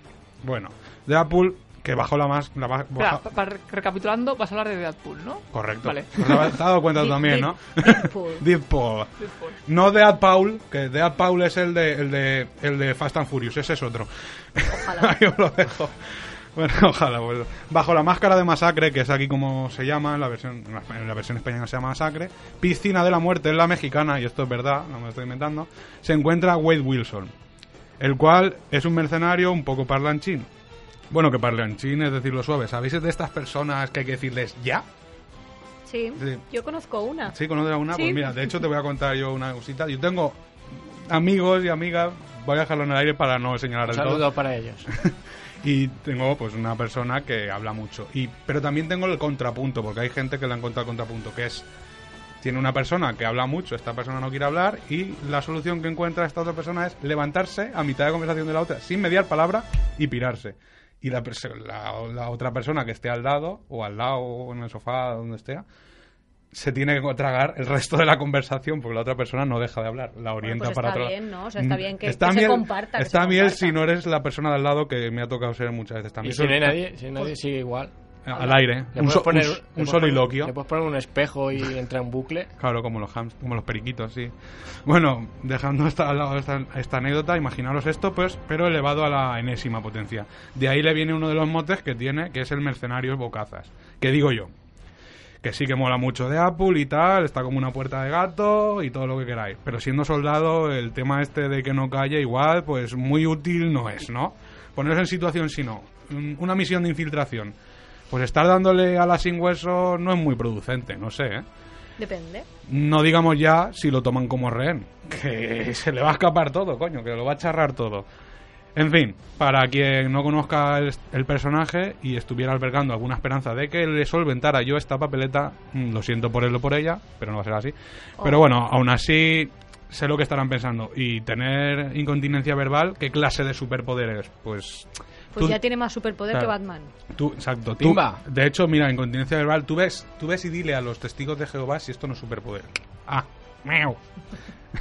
Bueno, Deadpool, que bajó la más... La más Espera, baja- pa- pa- recapitulando, vas a hablar de Deadpool, ¿no? Correcto. Vale. Os habéis dado cuenta Deep- también, ¿no? Deep- Deadpool. Deadpool. Deadpool. No Deadpool, que Deadpool es el de, el, de, el de Fast and Furious, ese es otro. Ojalá. Ahí os lo dejo. Bueno, ojalá. bueno. Bajo la máscara de masacre, que es aquí como se llama, en la versión, en la- en la versión española se llama masacre, Piscina de la Muerte es la mexicana, y esto es verdad, no me lo estoy inventando, se encuentra Wade Wilson, el cual es un mercenario un poco parlanchín. Bueno, que parlanchín es decirlo suave. ¿Sabéis de estas personas que hay que decirles ya? Sí. Sí. Yo conozco una. Sí, conoces alguna. Sí. Pues mira, de hecho te voy a contar yo una cosita. Yo tengo amigos y amigas, voy a dejarlo en el aire para no señalar Un el todo. saludo para ellos. Y tengo pues una persona que habla mucho. Y, pero también tengo el contrapunto, porque hay gente que le ha encontrado el contrapunto, que es tiene una persona que habla mucho, esta persona no quiere hablar, y la solución que encuentra esta otra persona es levantarse a mitad de conversación de la otra, sin mediar palabra, y pirarse. Y la, perso- la- la otra persona que esté al lado, o al lado, o en el sofá, donde esté, se tiene que tragar el resto de la conversación, porque la otra persona no deja de hablar, la orienta pues para está otro lado. bien, ¿no? O sea, está Mm, bien que- que se comparta, que Está se bien comparta. si no eres la persona de al lado que me ha tocado ser muchas veces también. Y si no hay Eso- nadie, si no hay nadie sigue igual. al aire. Le Un, puedes so- poner- un- le un puedes soliloquio. poner- Le puedes poner un espejo y entra en bucle. Claro, como los hams, como los periquitos, sí. Bueno, dejando esta, al lado esta, esta anécdota, imaginaros esto, pues, pero elevado a la enésima potencia. De ahí le viene uno de los motes que tiene, que es el mercenario bocazas. Que digo yo, que sí que mola mucho de Apple y tal, está como una puerta de gato y todo lo que queráis. Pero siendo soldado, el tema este de que no calle igual, pues muy útil no es, ¿no? Poneros en situación si no. Mm, Una misión de infiltración. Pues estar dándole a la sin hueso no es muy producente, no sé, ¿eh? Depende. No digamos ya si lo toman como rehén, que se le va a escapar todo, coño, que lo va a charrar todo. En fin, para quien no conozca el, el personaje y estuviera albergando alguna esperanza de que le solventara yo esta papeleta, mm, lo siento por él o por ella, pero no va a ser así. Oh. Pero bueno, aún así sé lo que estarán pensando. Y tener incontinencia verbal, ¿qué clase de superpoderes? Pues... Pues tú- ya tiene más superpoder Claro. que Batman. Tú, exacto. Tú, Timba. de hecho, mira, incontinencia verbal, tú ves, tú ves y dile a los testigos de Jehová si esto no es superpoder. Ah, meow.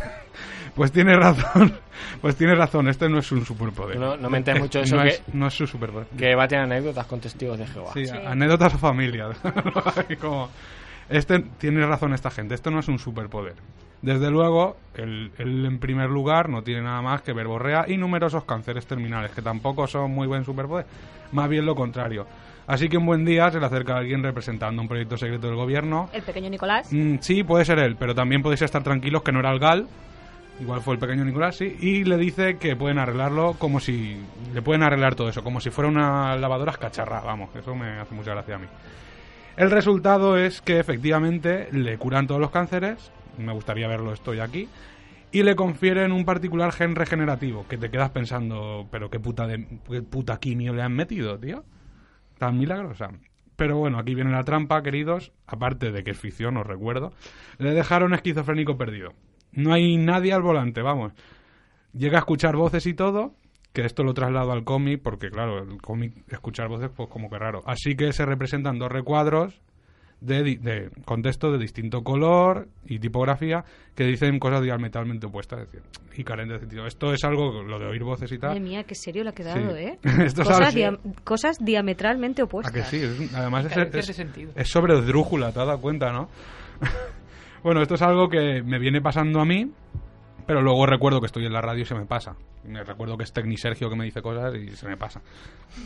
Pues tiene razón, pues tiene razón, este no es un superpoder. No, no me entres mucho de eso No que- es, no es su superpoder. Que va a tener anécdotas con testigos de Jehová. Sí, Sí. anécdotas a familia. Como, este, tiene razón esta gente, esto no es un superpoder. Desde luego, él, él, en primer lugar no tiene nada más que verborrea y numerosos cánceres terminales, que tampoco son muy buen superpoder, más bien lo contrario. Así que un buen día se le acerca alguien representando un proyecto secreto del gobierno. El pequeño Nicolás. Mm, sí, puede ser él, pero también podéis estar tranquilos que no era el Gal, igual fue el pequeño Nicolás, sí, y le dice que pueden arreglarlo como si. Le pueden arreglar todo eso, como si fuera una lavadora escacharra, vamos, eso me hace mucha gracia a mí. El resultado es que efectivamente le curan todos los cánceres, me gustaría verlo estoy aquí, y le confieren un particular gen regenerativo, que te quedas pensando, pero qué puta, de, qué puta quimio le han metido, tío tan milagrosa. Pero bueno, aquí viene la trampa, queridos. Aparte de que es ficción, os recuerdo. Le dejaron esquizofrénico perdido. No hay nadie al volante, vamos. Llega a escuchar voces y todo. Que esto lo traslado al cómic, porque claro, el cómic, escuchar voces, pues como que raro. Así que se representan dos recuadros de, di- de contextos de distinto color y tipografía que dicen cosas diametralmente opuestas es decir, y carentes de sentido. Esto es algo, lo de oír voces y Madre tal. mía, qué serio la ha quedado, Sí. ¿eh? Esto cosas, sabes, sí. diam- cosas diametralmente ¿A opuestas. que sí? Es un- además es- Carentes es, de sentido. es sobre drújula, te has dado cuenta, ¿no? bueno, esto es algo que me viene pasando a mí, pero luego recuerdo que estoy en la radio y se me pasa. Me recuerdo que es Tecni Sergio que me dice cosas y se me pasa.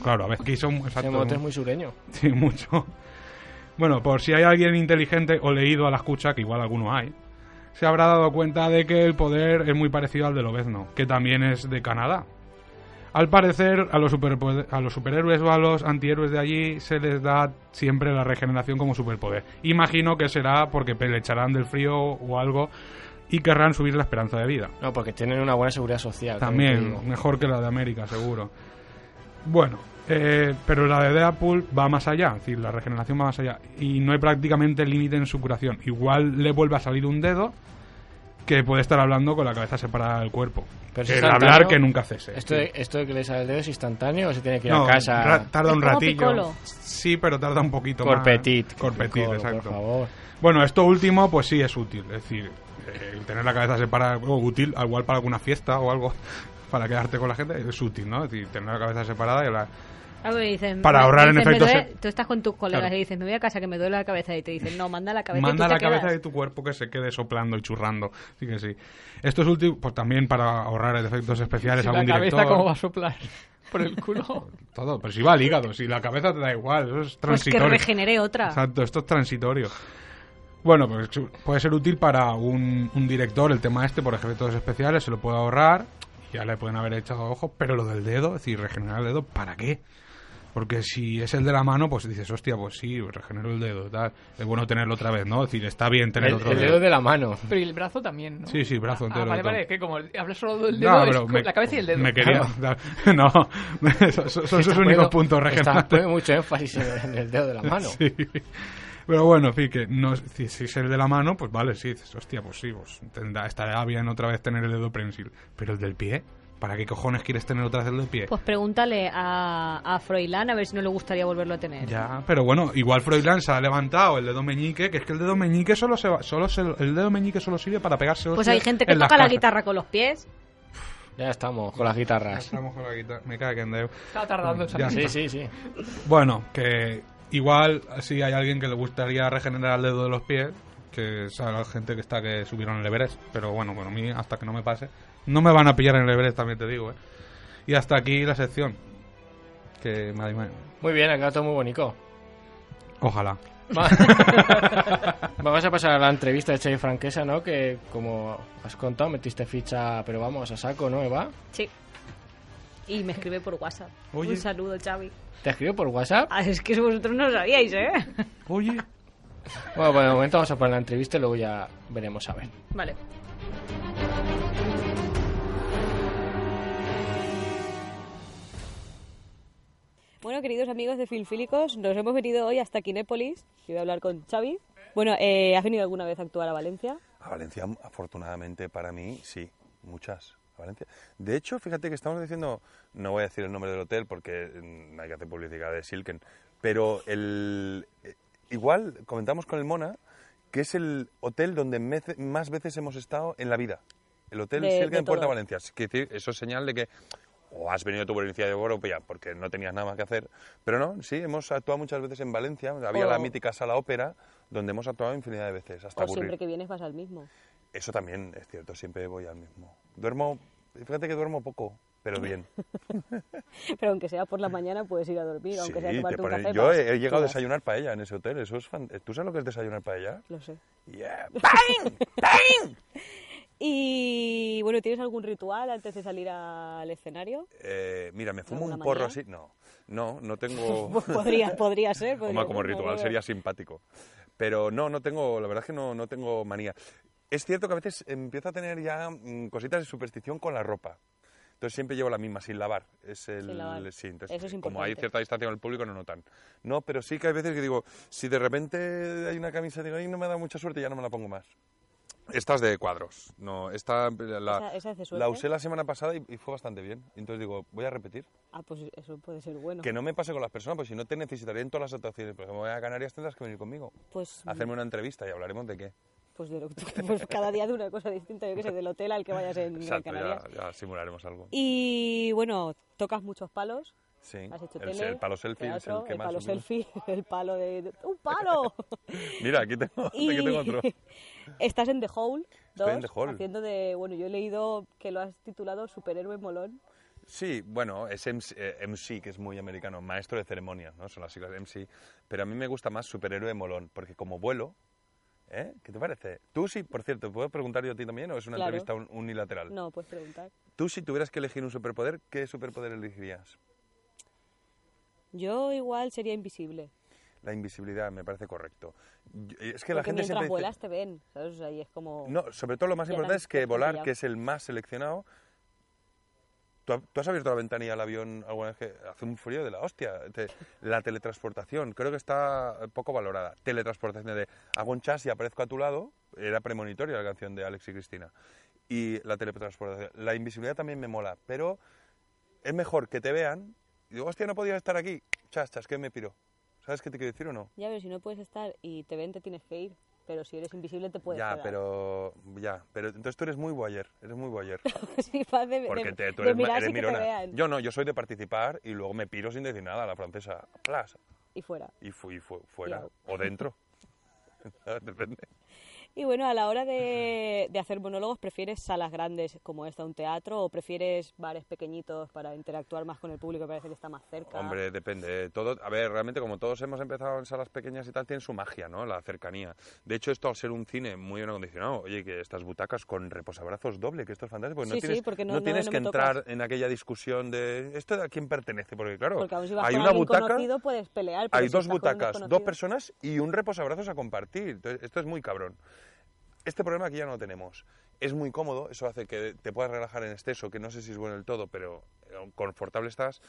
Claro, a veces que son... Ese exacto, mote es muy sureño. Sí, mucho. Bueno, por si hay alguien inteligente o leído a la escucha, que igual alguno hay, se habrá dado cuenta de que el poder es muy parecido al del Lobezno, que también es de Canadá. Al parecer, a los, superpoder- a los superhéroes o a los antihéroes de allí se les da siempre la regeneración como superpoder. Imagino que será porque pelecharán del frío o algo y querrán subir la esperanza de vida. No, porque tienen una buena seguridad social. te digo. También, mejor que la de América, seguro. Bueno, eh, pero la de Deadpool va más allá, es decir, la regeneración va más allá. Y no hay prácticamente límite en su curación. Igual le vuelve a salir un dedo que puede estar hablando con la cabeza separada del cuerpo. Pero si El es hablar instantáneo, que nunca cese. Esto de, esto de que le sale el dedo es instantáneo o se tiene que ir No, a casa. ra- tarda un Es como ratillo. Piccolo. Sí, pero tarda un poquito Corpetit. más. Corpetit, Piccolo, exacto. Por favor. Bueno, esto último, pues sí es útil. Es decir, eh, el tener la cabeza separada, o útil, al igual para alguna fiesta o algo, para quedarte con la gente, es útil, ¿no? Es decir, tener la cabeza separada y la. Ah, pero dicen- Para me- ahorrar en dicen, me efectos duele- se- Tú estás con tus colegas Claro. y dices, me voy a casa que me duele la cabeza. Y te dicen, no, manda la cabeza. Manda y tú la te cabeza quedas. de tu cuerpo que se quede soplando y churrando. Así que sí. Esto es útil, pues también para ahorrar efectos especiales Si a la algún cabeza director. cómo va a soplar por el culo. Todo, pero si va al hígado, si la cabeza te da igual, eso es Pues que transitorio. regeneré otra. Exacto, esto es transitorio. Bueno, pues su- puede ser útil para un, un director el tema este por efectos especiales, se lo puede ahorrar, ya le pueden haber echado ojos, pero lo del dedo, es decir, regenerar el dedo, ¿para qué? Porque si es el de la mano, pues dices, hostia, pues sí, regenero el dedo, tal. Es bueno tenerlo otra vez, ¿no? Es decir, está bien tener El, otro el dedo. dedo de la mano. Pero y el brazo también, ¿no? Sí, sí, brazo Ah, entero. vale, todo. vale, que como hablas solo del No, dedo, es pero con me- la cabeza y el dedo. Me quería. No, son, son sus Está únicos poniendo- puntos está regenerantes. poniendo mucho énfasis en en el dedo de la mano. Sí. Pero bueno, en fin, que no, si, si es el de la mano, pues vale, sí, dices, hostia, pues sí, pues tendrá, estará bien otra vez tener el dedo prensil. Pero el del pie, ¿para qué cojones quieres tener otra vez el del pie? Pues pregúntale a, a Froilán a ver si no le gustaría volverlo a tener. ya, pero bueno, igual Froilán se ha levantado el dedo meñique, que es que el dedo meñique solo se va, solo se- el dedo meñique solo sirve para pegarse Pues hostias hay gente que en las toca la casas. guitarra con los pies. Ya estamos, con las guitarras. Estamos con la guitarra, me cae que en Déu. Estaba tardando en Ya. salir. Sí, sí, sí. Bueno, que igual si hay alguien que le gustaría regenerar el dedo de los pies, que sea la gente que está que subieron el Everest, pero bueno, bueno, a mí hasta que no me pase, no me van a pillar en el Everest, también te digo, ¿eh? Y hasta aquí la sección. Que me anima- Muy bien, ha quedado todo muy bonito. Ojalá. Va- Vamos a pasar a la entrevista de Chey Franquesa, ¿no? Que, como has contado, metiste ficha, pero vamos, a saco, ¿no, Eva? Sí. Y me escribe por WhatsApp. Oye. Un saludo, Xavi. ¿Te escribió por WhatsApp? Ah, es que vosotros no lo sabíais, ¿eh? Oye. Bueno, por el momento vamos a poner la entrevista y luego ya veremos a ver. Vale. Bueno, queridos amigos de Filfílicos, nos hemos venido hoy hasta Quinépolis. Yo voy a hablar con Xavi. Bueno, eh, ¿has venido alguna vez a actuar a Valencia? A Valencia, afortunadamente para mí, sí, muchas. A Valencia. De hecho, fíjate que estamos diciendo, no voy a decir el nombre del hotel porque mm, hay que hacer publicidad de Silken, pero el, eh, igual comentamos con el Mona que es el hotel donde mece- más veces hemos estado en la vida. El hotel De- Silken de en Puerto todo. Valencia. Así que decir, eso es señal de que o has venido tú por iniciativa europea porque no tenías nada más que hacer. Pero no, sí, hemos actuado muchas veces en Valencia. Había O- la mítica sala ópera donde hemos actuado infinidad de veces. Hasta o aburrir. Pues siempre que vienes vas al mismo. Eso también es cierto, siempre voy al mismo. Duermo, fíjate que duermo poco, pero bien. Pero aunque sea por la mañana puedes ir a dormir, Sí, aunque sea a te tomarte un ponen- café. pues, yo vas- he, he llegado a tú vas. desayunar paella en ese hotel, eso es fan- ¿Tú sabes lo que es desayunar paella? Lo sé. Yeah. Y bueno, ¿tienes algún ritual antes de salir al escenario? Eh, mira, me fumo ¿Alguna un porro manía? así. No, no, no tengo... Pues podría, podría ser. podría Hombre, como ser, no ritual creo. sería simpático. Pero no, no tengo, la verdad es que no, no tengo manía. Es cierto que a veces empiezo a tener ya mm, cositas de superstición con la ropa. Entonces siempre llevo la misma sin lavar. Es el, lavar. Sí, entonces, Eso es como hay importante. cierta distancia con el público no notan. No, pero sí que hay veces que digo, si de repente hay una camisa digo, ay, no me da mucha suerte, ya no me la pongo más. Esta es de cuadros. No, esta la, Esa- esa es de suerte. la usé la semana pasada y, y fue bastante bien. Entonces digo, voy a repetir. Ah, pues eso puede ser bueno. Que no me pase con las personas, pues si no te necesitaré en todas las actuaciones. Por ejemplo, voy a Canarias, tendrás que venir conmigo. Pues, Hacerme una entrevista y hablaremos de qué. pues, de lo- pues cada día de una cosa distinta, yo que sé, del hotel al que vayas en Gran Exacto, ya, Canarias. ya simularemos algo. Y bueno, tocas muchos palos. Sí, Has hecho el, tele, el palo selfie es teatro, el que más. palo uso. selfie, el palo de... de- ¡Un palo! Mira, aquí tengo, aquí Este tengo otro. estás en The Hole 2, Estoy en The Hole. haciendo de... Bueno, yo he leído que lo has titulado Superhéroe Molón. Sí, bueno, es MC, eh, MC, que es muy americano, maestro de ceremonias, ¿no? Son las siglas MC. Pero a mí me gusta más superhéroe molón, porque como vuelo, ¿eh? ¿Qué te parece? Tú sí, por cierto, ¿puedo preguntar yo a ti también o es una Claro. entrevista un- unilateral? No, puedes preguntar. Tú si tuvieras que elegir un superpoder, ¿qué superpoder elegirías? Yo igual sería invisible. La invisibilidad me parece correcto. Yo- eh, Es que la Porque gente mientras siempre dice- vuelas te ven, ¿sabes? O sea, y es como... No, sobre todo lo más Ya importante tan- es que tan volar, pillado. que es el más seleccionado. ¿Tú, ha- tú has abierto la ventanilla al avión alguna vez que hace un frío de la hostia? Te- la teletransportación, creo que está eh, poco valorada. Teletransportación de hago un chas y aparezco a tu lado, era premonitoria la canción de Alex y Cristina. Y la teletransportación. La invisibilidad también me mola, pero es mejor que te vean y digo, hostia, no podía estar aquí. Chas, chas, que me piro. ¿Sabes qué te quiero decir o no? Ya, pero si no puedes estar y te ven, te tienes que ir. Pero si eres invisible te puedes ya, quedar. pero. Ya, pero entonces tú eres muy boyer, eres muy boyer. sí, vas de, de- Porque te- tú de eres, ma- mirar eres sin que te mirona. vean. Yo no, yo soy de participar y luego me piro sin decir nada a la francesa. Plas. Y fuera. Y fui fu- fuera. Claro. O dentro. Depende. Y bueno, a la hora de, de hacer monólogos, ¿prefieres salas grandes como esta, un teatro, o prefieres bares pequeñitos para interactuar más con el público que parece que está más cerca? Hombre, depende. eh. Todo, a ver, realmente como todos hemos empezado en salas pequeñas y tal, tiene su magia, ¿no? La cercanía. De hecho, esto al ser un cine muy bien acondicionado, oye, que estas butacas con reposabrazos doble, que esto es fantástico, porque Sí, no sí, tienes, porque no- no- tienes no que me entrar en aquella discusión de esto a quién pertenece, porque claro, Porque aún si vas hay con una alguien butaca, conocido puedes pelear. pero hay si dos estás con un butacas, dos desconocido- personas y un reposabrazos a compartir. Entonces, esto es muy cabrón. Este problema aquí ya no lo tenemos. Es muy cómodo, eso hace que te puedas relajar en exceso, que no sé si es bueno del todo, pero eh, confortable estás.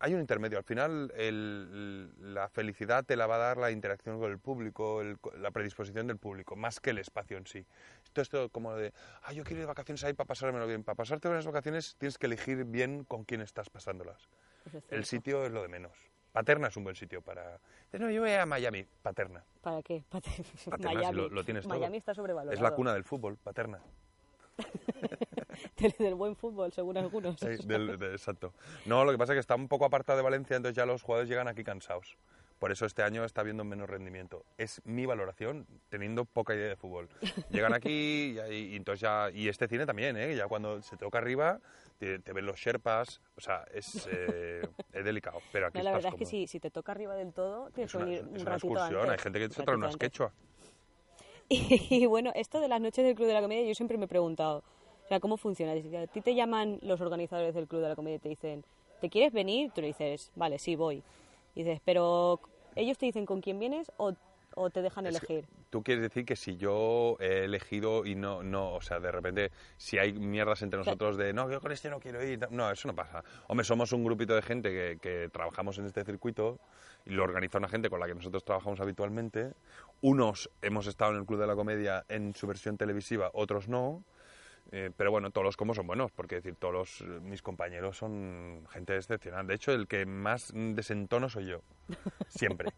Hay un intermedio. Al final, el- la felicidad te la va a dar la interacción con el público, el- la predisposición del público, más que el espacio en sí. Esto es todo como de, ah, yo quiero ir de vacaciones ahí para pasármelo bien. Para pasarte buenas vacaciones tienes que elegir bien con quién estás pasándolas. Eso es El cierto. sitio es lo de menos. Paterna es un buen sitio para... No, yo voy a Miami. Paterna. ¿Para qué? Para- Paterna sí, Miami. lo, lo tienes todo. Miami está sobrevalorado. Es la cuna del fútbol, Paterna. del, del buen fútbol, según algunos. Sí, del- de- exacto. No, lo que pasa es que está un poco apartada de Valencia, entonces ya los jugadores llegan aquí cansados. Por eso este año está habiendo menos rendimiento. Es mi valoración, teniendo poca idea de fútbol. Llegan aquí y, ahí- y entonces ya... Y este cine también, ¿eh? Ya cuando se toca arriba, te, te ven los sherpas. O sea, es, eh, es delicado. Pero aquí No, la estás verdad es que si, cómodo. si te toca arriba del todo, tienes Es que una, venir es un una ratito excursión. antes, Hay gente que un se trae ratito unas antes. quechua. Y bueno, esto de las noches del Club de la Comedia, yo siempre me he preguntado, o sea, ¿cómo funciona? Si a ti te llaman los organizadores del Club de la Comedia y te dicen, ¿te quieres venir? Tú le dices, vale, sí, voy. Y dices, pero ellos te dicen con quién vienes o, o te dejan Es que elegir. Tú quieres decir que si yo he elegido y no, no, o sea, de repente, si hay mierdas entre nosotros de no, yo con este no quiero ir, no, eso no pasa. Hombre, somos un grupito de gente que, que trabajamos en este circuito y lo organiza una gente con la que nosotros trabajamos habitualmente. Unos hemos estado en el Club de la Comedia en su versión televisiva, otros no. Eh, pero bueno, todos los comos son buenos, porque decir, todos los, eh, mis compañeros son gente excepcional. De hecho, el que más mm, desentono soy yo, siempre.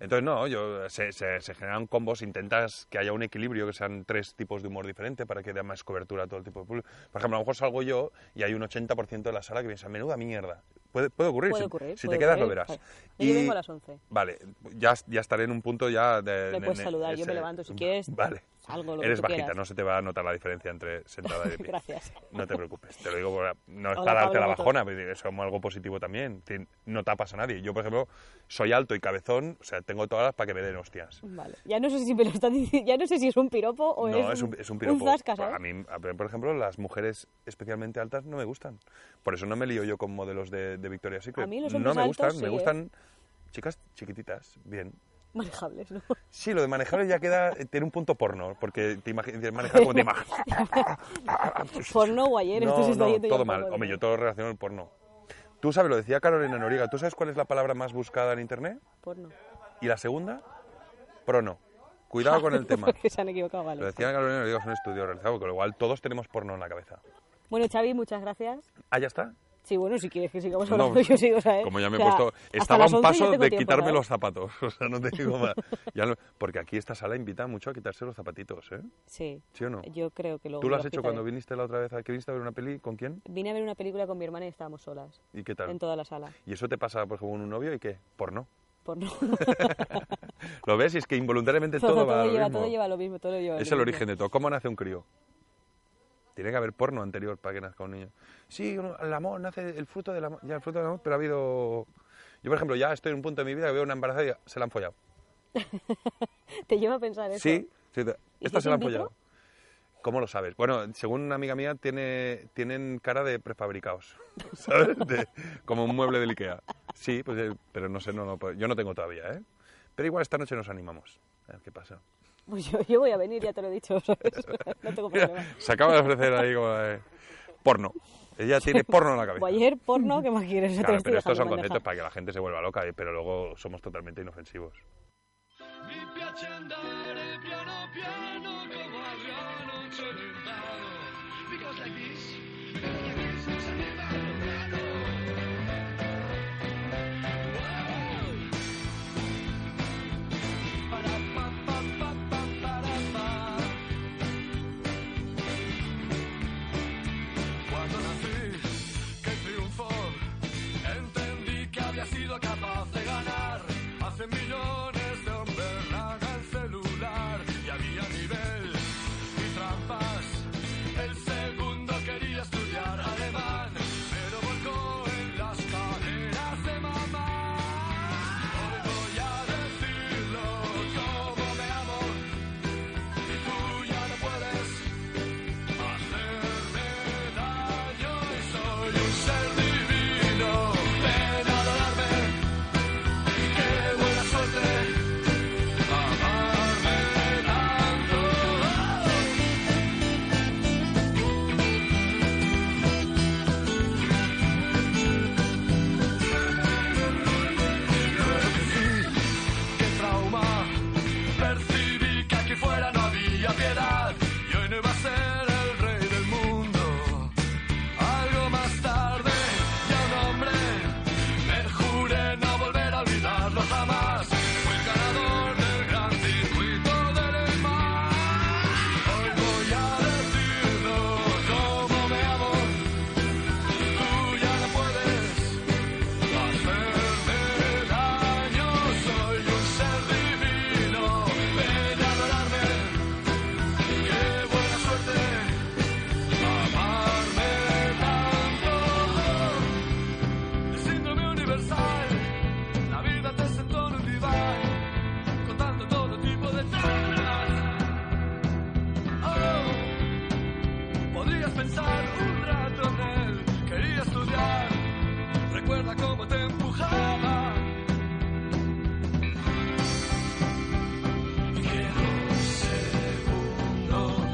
Entonces, no, yo, se, se- se generan combos, intentas que haya un equilibrio, que sean tres tipos de humor diferente para que dé más cobertura a todo el tipo de público. Por ejemplo, a lo mejor salgo yo y hay un 80% de la sala que piensa, menuda mierda. Puede, puede ocurrir, Puede si, ocurrir, si puede te quedas ocurrir. lo verás. Vale. Yo vengo a las 11. Vale, ya, ya estaré en un punto ya de... Me de- puedes de- saludar, yo me ese- levanto si quieres, Vale. algo, lo que Eres tú bajita, quieras. no se te va a notar la diferencia entre sentada y de pie. Gracias. No te preocupes, te lo digo, por- no es Hola, para darte Pablo la Motos. bajona, pero es como algo positivo también. Tien- No tapas a nadie. Yo, por ejemplo, soy alto y cabezón, o sea, tengo todas las para que me den hostias. Vale. Ya no sé si me lo están diciendo, ya no sé si es un piropo o no, es, es un, es un piropo. zasca, ¿sabes? a mí, a- por ejemplo, las mujeres especialmente altas no me gustan. Por eso no me lío yo con modelos de, de Victoria's Secret. A mí los no hombres me altos gustan, sí, me ¿eh? gustan chicas chiquititas, bien. Manejables, ¿no? Sí, lo de manejable ya queda, tiene un punto porno, porque te imaginas, manejar como te imaginas. Porno o ayer, esto se está yendo ya todo un poco mal. de- Hombre, yo todo lo relaciono el porno. Tú sabes, lo decía Carolina Noriega, Pues ¿tú sabes cuál es la palabra más buscada en Internet? Porno. Y la segunda, prono. Cuidado con el tema. Porque se han equivocado, Lo vale. decía Ana Carolina, lo digo, es un estudio realizado, con lo cual todos tenemos porno en la cabeza. Bueno, Xavi, muchas gracias. Ah, ya está. Sí, bueno, si quieres que sigamos No, hablando, Pues yo sigo, ¿sabes? Como ya me O sea, he puesto. hasta Estaba a las 11 un yo paso tengo de tiempo, quitarme ¿sabes? los zapatos. O sea, no te digo más. Ya no- porque aquí esta sala invita mucho a quitarse los zapatitos, ¿eh? Sí. ¿Sí o no? Yo creo que luego ¿Tú lo me has los hecho quitaré. cuando viniste la otra vez? ¿Que viniste a ver una peli? ¿Con quién? Vine a ver una película con mi hermana y estábamos solas. ¿Y qué tal? En toda la sala. ¿Y eso te pasa, por ejemplo, con un novio y qué? Porno. Por no. ¿Lo ves? Y es que involuntariamente todo, va a lo lleva, mismo. todo lleva lo mismo, todo lleva lo Es el mismo. origen de todo. ¿Cómo nace un crío? Tiene que haber porno anterior para que nazca un niño. Sí, uno- el amor nace el fruto del amor, ya el fruto del amor, pero ha habido. Yo, por ejemplo, ya estoy en un punto de mi vida que veo una embarazada y digo, se la han follado. Te lleva a pensar eso. Sí, sí, te- ¿Y si esta es se la han in vitro? follado. ¿Cómo lo sabes? Bueno, según una amiga mía, tiene, tienen cara de prefabricados, ¿sabes? De- como un mueble del Ikea. Sí, pues, eh, pero no sé, no, lo puedo- yo no tengo todavía, ¿eh? Pero igual esta noche nos animamos. A ver qué pasa. Pues yo, yo voy a venir, ya te lo he dicho, ¿sabes? No tengo Mira, problema. se acaba de ofrecer ahí como eh, porno. Ella tiene porno en la cabeza. Boyer, porno, ¿qué más quieres? No te Claro, estoy pero estos dejando son bandeja. conceptos para que la gente se vuelva loca, eh, pero luego somos totalmente inofensivos. Mi piace andare piano piano come a piano c'è lontano Because like this, because like this, non se ne va lontano Wow! Pa-ra-pa-pa-pa-pa-pa-ra-pa. Cuando nací, que triunfó, entendí que había sido capaz de ganar. Hace millones de hombres nadan celular y había nivel y trampas. El segundo quería estudiar alemán, pero volcó en las carreras de mamá. Hoy voy a decirlo como me amo y tú ya no puedes. Hacerme daño y soy un ser divino. Ven a adorarme. Qué buena suerte. Amarme tanto. Qué trauma. Percibí que aquí fuera no había piedad y hoy no iba a ser el rey del mundo. Algo más tarde, ya un hombre, me juré no volver a olvidarlo jamás. Fui el ganador del gran circuito del mar. Hoy voy a decirlo como me amo. Tú ya no puedes. Hacerme daño, soy un ser divino, ven a adorarme, qué buena suerte, amarme tanto. El síndrome universal, la vida te sentó en un diván, contando todo tipo de tramas. Oh, podrías pensar un rato en él, quería estudiar. Recuerda cómo te empujaba. Y que en un segundo.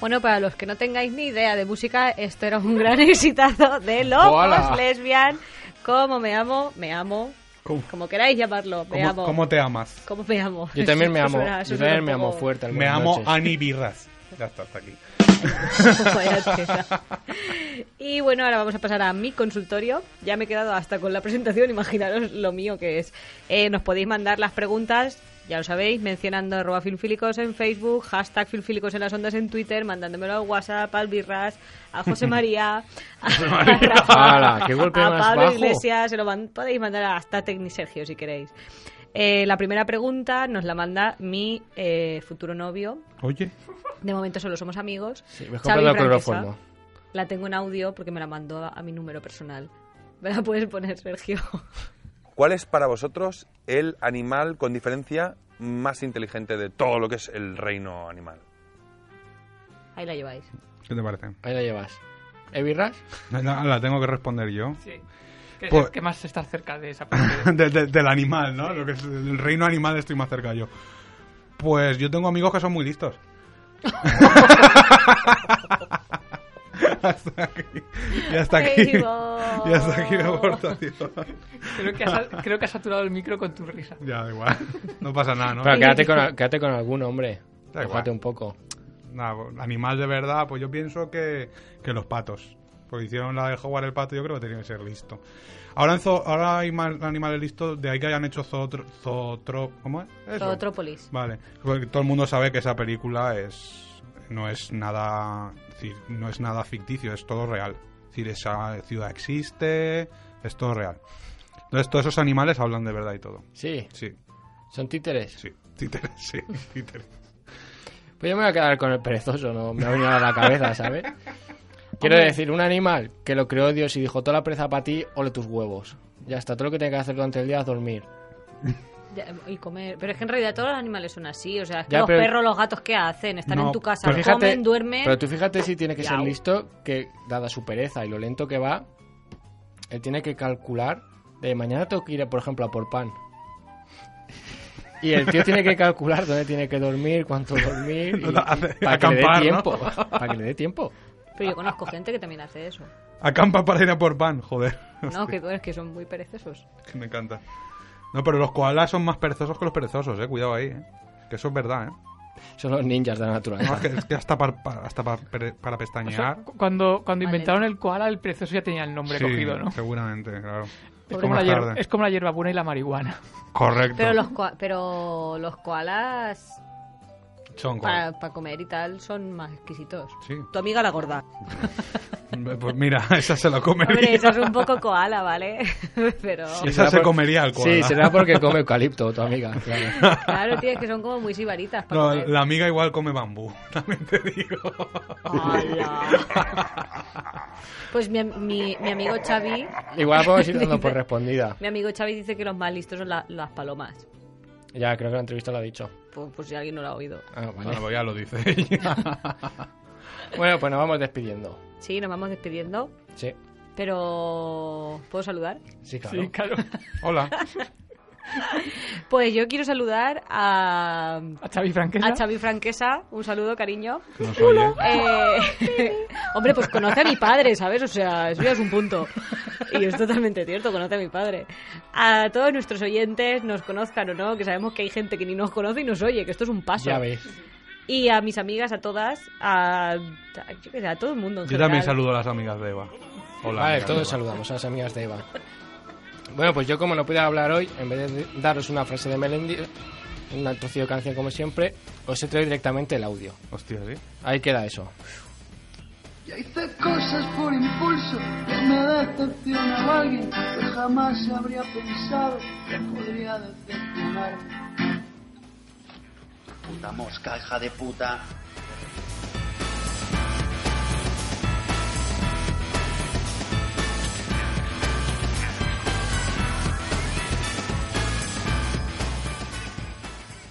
Bueno, para los que no tengáis ni idea de música, esto era un gran exitazo de Locos ¡Hola! Lesbian. Como me amo, me amo. ¿Cómo? Como queráis llamarlo, me ¿Cómo, amo. cómo te amas? ¿Cómo me amo? Yo también me Eso amo. suena- eso yo suena también un me amo poco- fuerte. Me algunas amo noches. Ani Birras. Ya está, hasta aquí. Vaya tela. y bueno, ahora vamos a pasar a mi consultorio. Ya me he quedado hasta con la presentación, imaginaros lo mío que es. Eh, nos podéis mandar las preguntas, ya lo sabéis, mencionando arroba filfílicos en Facebook, hashtag filfílicos en las ondas en Twitter, mandándomelo al WhatsApp, al Birras, a José María, a, Rafa, Ala, qué golpe a más Pablo bajo. Iglesias, se lo man- podéis mandar hasta Tecni Sergio si queréis. Eh, la primera pregunta nos la manda mi eh, futuro novio, Oye, de momento solo somos amigos. Sí, me he Xavi comprado Franquesa. cloroformo. La tengo en audio porque me la mandó a, a mi número personal. Me la puedes poner, Sergio. ¿Cuál es para vosotros el animal con diferencia más inteligente de todo lo que es el reino animal? Ahí la lleváis. ¿qué te parece? Ahí la llevas. ¿Eh, birras? La, la tengo que responder yo. Sí. que, Pues- que más está cerca de esa parte. de- de- del animal, ¿no? Lo que es el reino animal estoy más cerca yo. Pues yo tengo amigos que son muy listos. hasta aquí. Y hasta aquí. Eivor. Y hasta aquí la aportación. Creo que, has, creo que has saturado el micro con tu risa. Ya, da igual. No pasa nada, ¿no? Pero quédate con, quédate con alguno, hombre. Da igual. Tócate un poco. Nada, animal de verdad, pues yo pienso que, que los patos. Porque hicieron la de Howard el pato, yo creo que tenía que ser listo. Ahora, en zoo- ahora hay más animales listos de ahí que hayan hecho zootro... zootro ¿Cómo es? Eso. Zootrópolis. Vale. Porque todo el mundo sabe que esa película es no es nada es decir, no es nada ficticio, es todo real. Es decir, esa ciudad existe, es todo real. Entonces todos esos animales hablan de verdad y todo. Sí, Sí, son títeres. sí, títeres, sí, títeres. Pues yo me voy a quedar con el perezoso, no me ha venido a la cabeza, ¿sabes? Quiero Hombre. decir, un animal que lo creó Dios y dijo toda la presa para ti, ole tus huevos. Ya está, todo lo que tengas que hacer durante el día es dormir. Ya, Y comer. Pero es que en realidad todos los animales son así. O sea, es que Ya, los pero- perros, los gatos, ¿qué hacen? Están No, en tu casa, Pero fíjate, comen, duermen. pero tú fíjate si tiene que ser Miau. listo, que dada su pereza y lo lento que va, él tiene que calcular de mañana tengo que ir, por ejemplo, a por pan. Y el tío tiene que calcular dónde tiene que dormir, cuánto dormir, y- Hace- para que le dé acampar, ¿no? tiempo. Para que le dé tiempo. Pero yo conozco gente que también hace eso. Acampa para ir a por pan, joder. No, que, es que son muy perezosos. Que me encanta. No, pero los koalas son más perezosos que los perezosos, eh, cuidado ahí, eh. Que eso es verdad, eh. Son los ninjas de la No, naturaleza. es que, es que hasta, par- para, hasta par- pere- para O sea, pestañear. cu- cuando Vale. cuando inventaron el koala, el precioso ya tenía el nombre sí, cogido, ¿no? seguramente, claro. Es Pobre como, la más hierba, tarde. es como la hierbabuena y la marihuana. Correcto. Pero los, koa- pero los koalas Son koalas. para, para comer y tal son más exquisitos. Sí. Tu amiga la gorda. Pues mira, esa se la comería. Hombre, eso es un poco koala, ¿vale? Pero Esa será se por- comería al koala. Sí, será porque come eucalipto, tu amiga. claro. claro, tío, es que son como muy sibaritas para No, comer. la amiga igual come bambú, también te digo. Ala. Pues mi, mi- mi amigo Xavi, Igual podemos ir dando por respondida. mi amigo Xavi dice que los más listos son la- las palomas. Ya, creo que la entrevista lo ha dicho. Por, por pues, si alguien no lo ha oído. Ah, Bueno, vale. pues ya lo dice ella. Bueno, pues nos vamos despidiendo. Sí, nos vamos despidiendo, Sí, pero ¿puedo saludar? sí, claro. Sí, claro. Hola. Pues yo quiero saludar a, A Xavi Franquesa. a Xavi Franquesa. Un saludo, cariño. No soy, ¿eh? Oh, Eh, hombre, pues conoce a mi padre, ¿sabes? O sea, eso ya es un punto. Y es totalmente cierto, conoce a mi padre. A todos nuestros oyentes, nos conozcan o no, que sabemos que hay gente que ni nos conoce y nos oye, que esto es un paso. Ya veis. Y a mis amigas, a todas, a, a- yo qué sé, a todo el mundo. en Yo también general. saludo a las amigas de Eva. Vale, Hola. amigas de todos Eva. saludamos a las amigas de Eva. Bueno, pues yo como no pude hablar hoy, en vez de daros una frase de Melendi, una trocillo de canción como siempre, os he traído directamente el audio. Hostia, sí. Ahí queda eso. Ya hice cosas por impulso que me decepcionaba alguien que jamás habría pensado que podría decepcionarme. Puta mosca, hija de puta.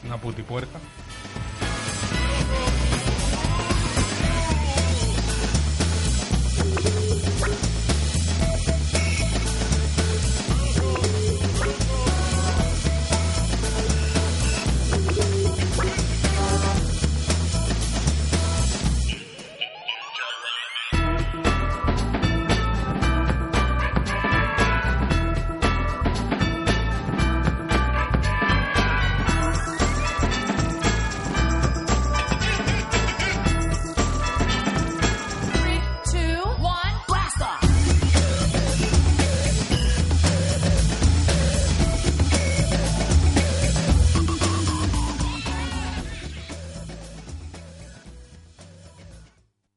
Una putipuerca.